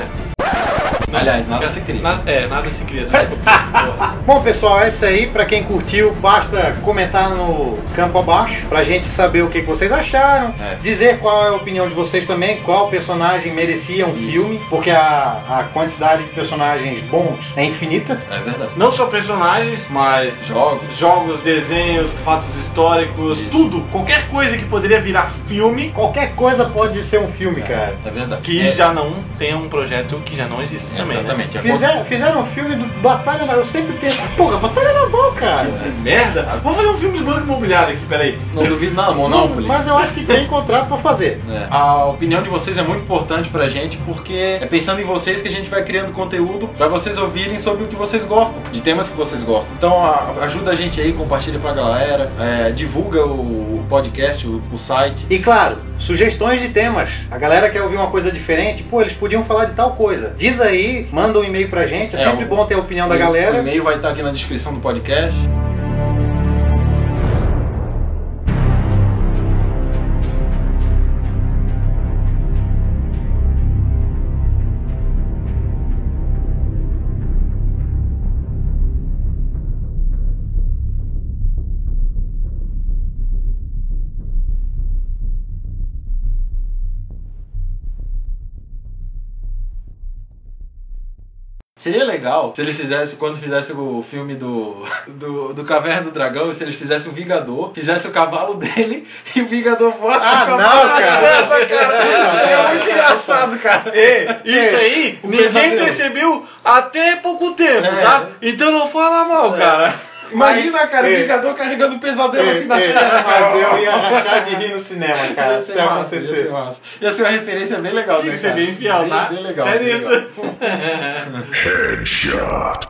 B: Aliás, nada se cria.
C: Na- é, nada se cria. tipo, nada se copia. Boa.
A: Bom, pessoal, é isso aí. Pra quem curtiu, basta comentar no campo abaixo pra gente saber o que que vocês acharam,
B: É.
A: dizer qual é a opinião de vocês também, qual personagem merecia um
B: Isso.
A: filme, porque a, a quantidade de personagens bons é infinita.
B: É verdade.
C: não só personagens, mas
B: Jogos.
C: jogos, desenhos, fatos históricos,
B: Isso.
C: tudo, qualquer coisa que poderia virar filme,
A: Qualquer coisa pode ser um filme, cara.
B: É verdade.
C: que
B: É-
C: já não tem um projeto que já não existe também. né?
B: Exatamente. É
A: Fizeram, fizeram um filme do Batalha Naval. Eu sempre penso, porra, Batalha Naval, cara.
C: Que Merda! Vou fazer um filme de banco imobiliário aqui, peraí.
B: Não duvido nada,
A: Não,
B: Monopoly.
A: mas eu acho que tem contrato pra fazer.
B: É. A opinião de vocês é muito importante pra gente, porque é pensando em vocês que a gente vai criando conteúdo pra vocês ouvirem sobre o que vocês gostam, de temas que vocês gostam. Então a- ajuda a gente aí, compartilha pra galera, é, divulga o, o podcast, o, o site.
A: E claro, sugestões de temas. A galera quer ouvir uma coisa diferente, pô, eles podiam falar de tal coisa. Diz aí, manda um e-mail pra gente. É,
B: É,
A: sempre
B: o-
A: bom ter a opinião da
B: O
A: galera.
B: e-mail vai estar aqui na descrição do podcast. Seria legal se eles fizessem, quando fizessem o filme do, do, do Caverna do Dragão, se eles fizessem o Vingador, fizessem o cavalo dele e o Vingador fosse
A: Ah,
B: o cavalo
A: não, cara. É.
B: dela, cara. Seria muito engraçado, cara.
C: Ei, isso aí, ninguém
B: pesadelo.
C: percebeu até pouco tempo,
B: É.
C: tá? Então não fala mal, cara.
B: Imagina, cara, o
A: é.
B: Vingador carregando o pesadelo assim na
A: É,
B: frente.
A: é, mas eu ia rachar de rir no cinema, cara, é
B: Ia
A: se
B: ser massa, ia ser
A: acontecesse.
B: massa. Ia ser uma referência bem legal,
C: Tinha
A: tá?
B: né,
C: que ser tá?
B: cara?
C: bem fiel,
B: Bem-
C: tá?
B: Bem legal.
C: É
B: bem
C: isso.
B: legal.
E: Headshot.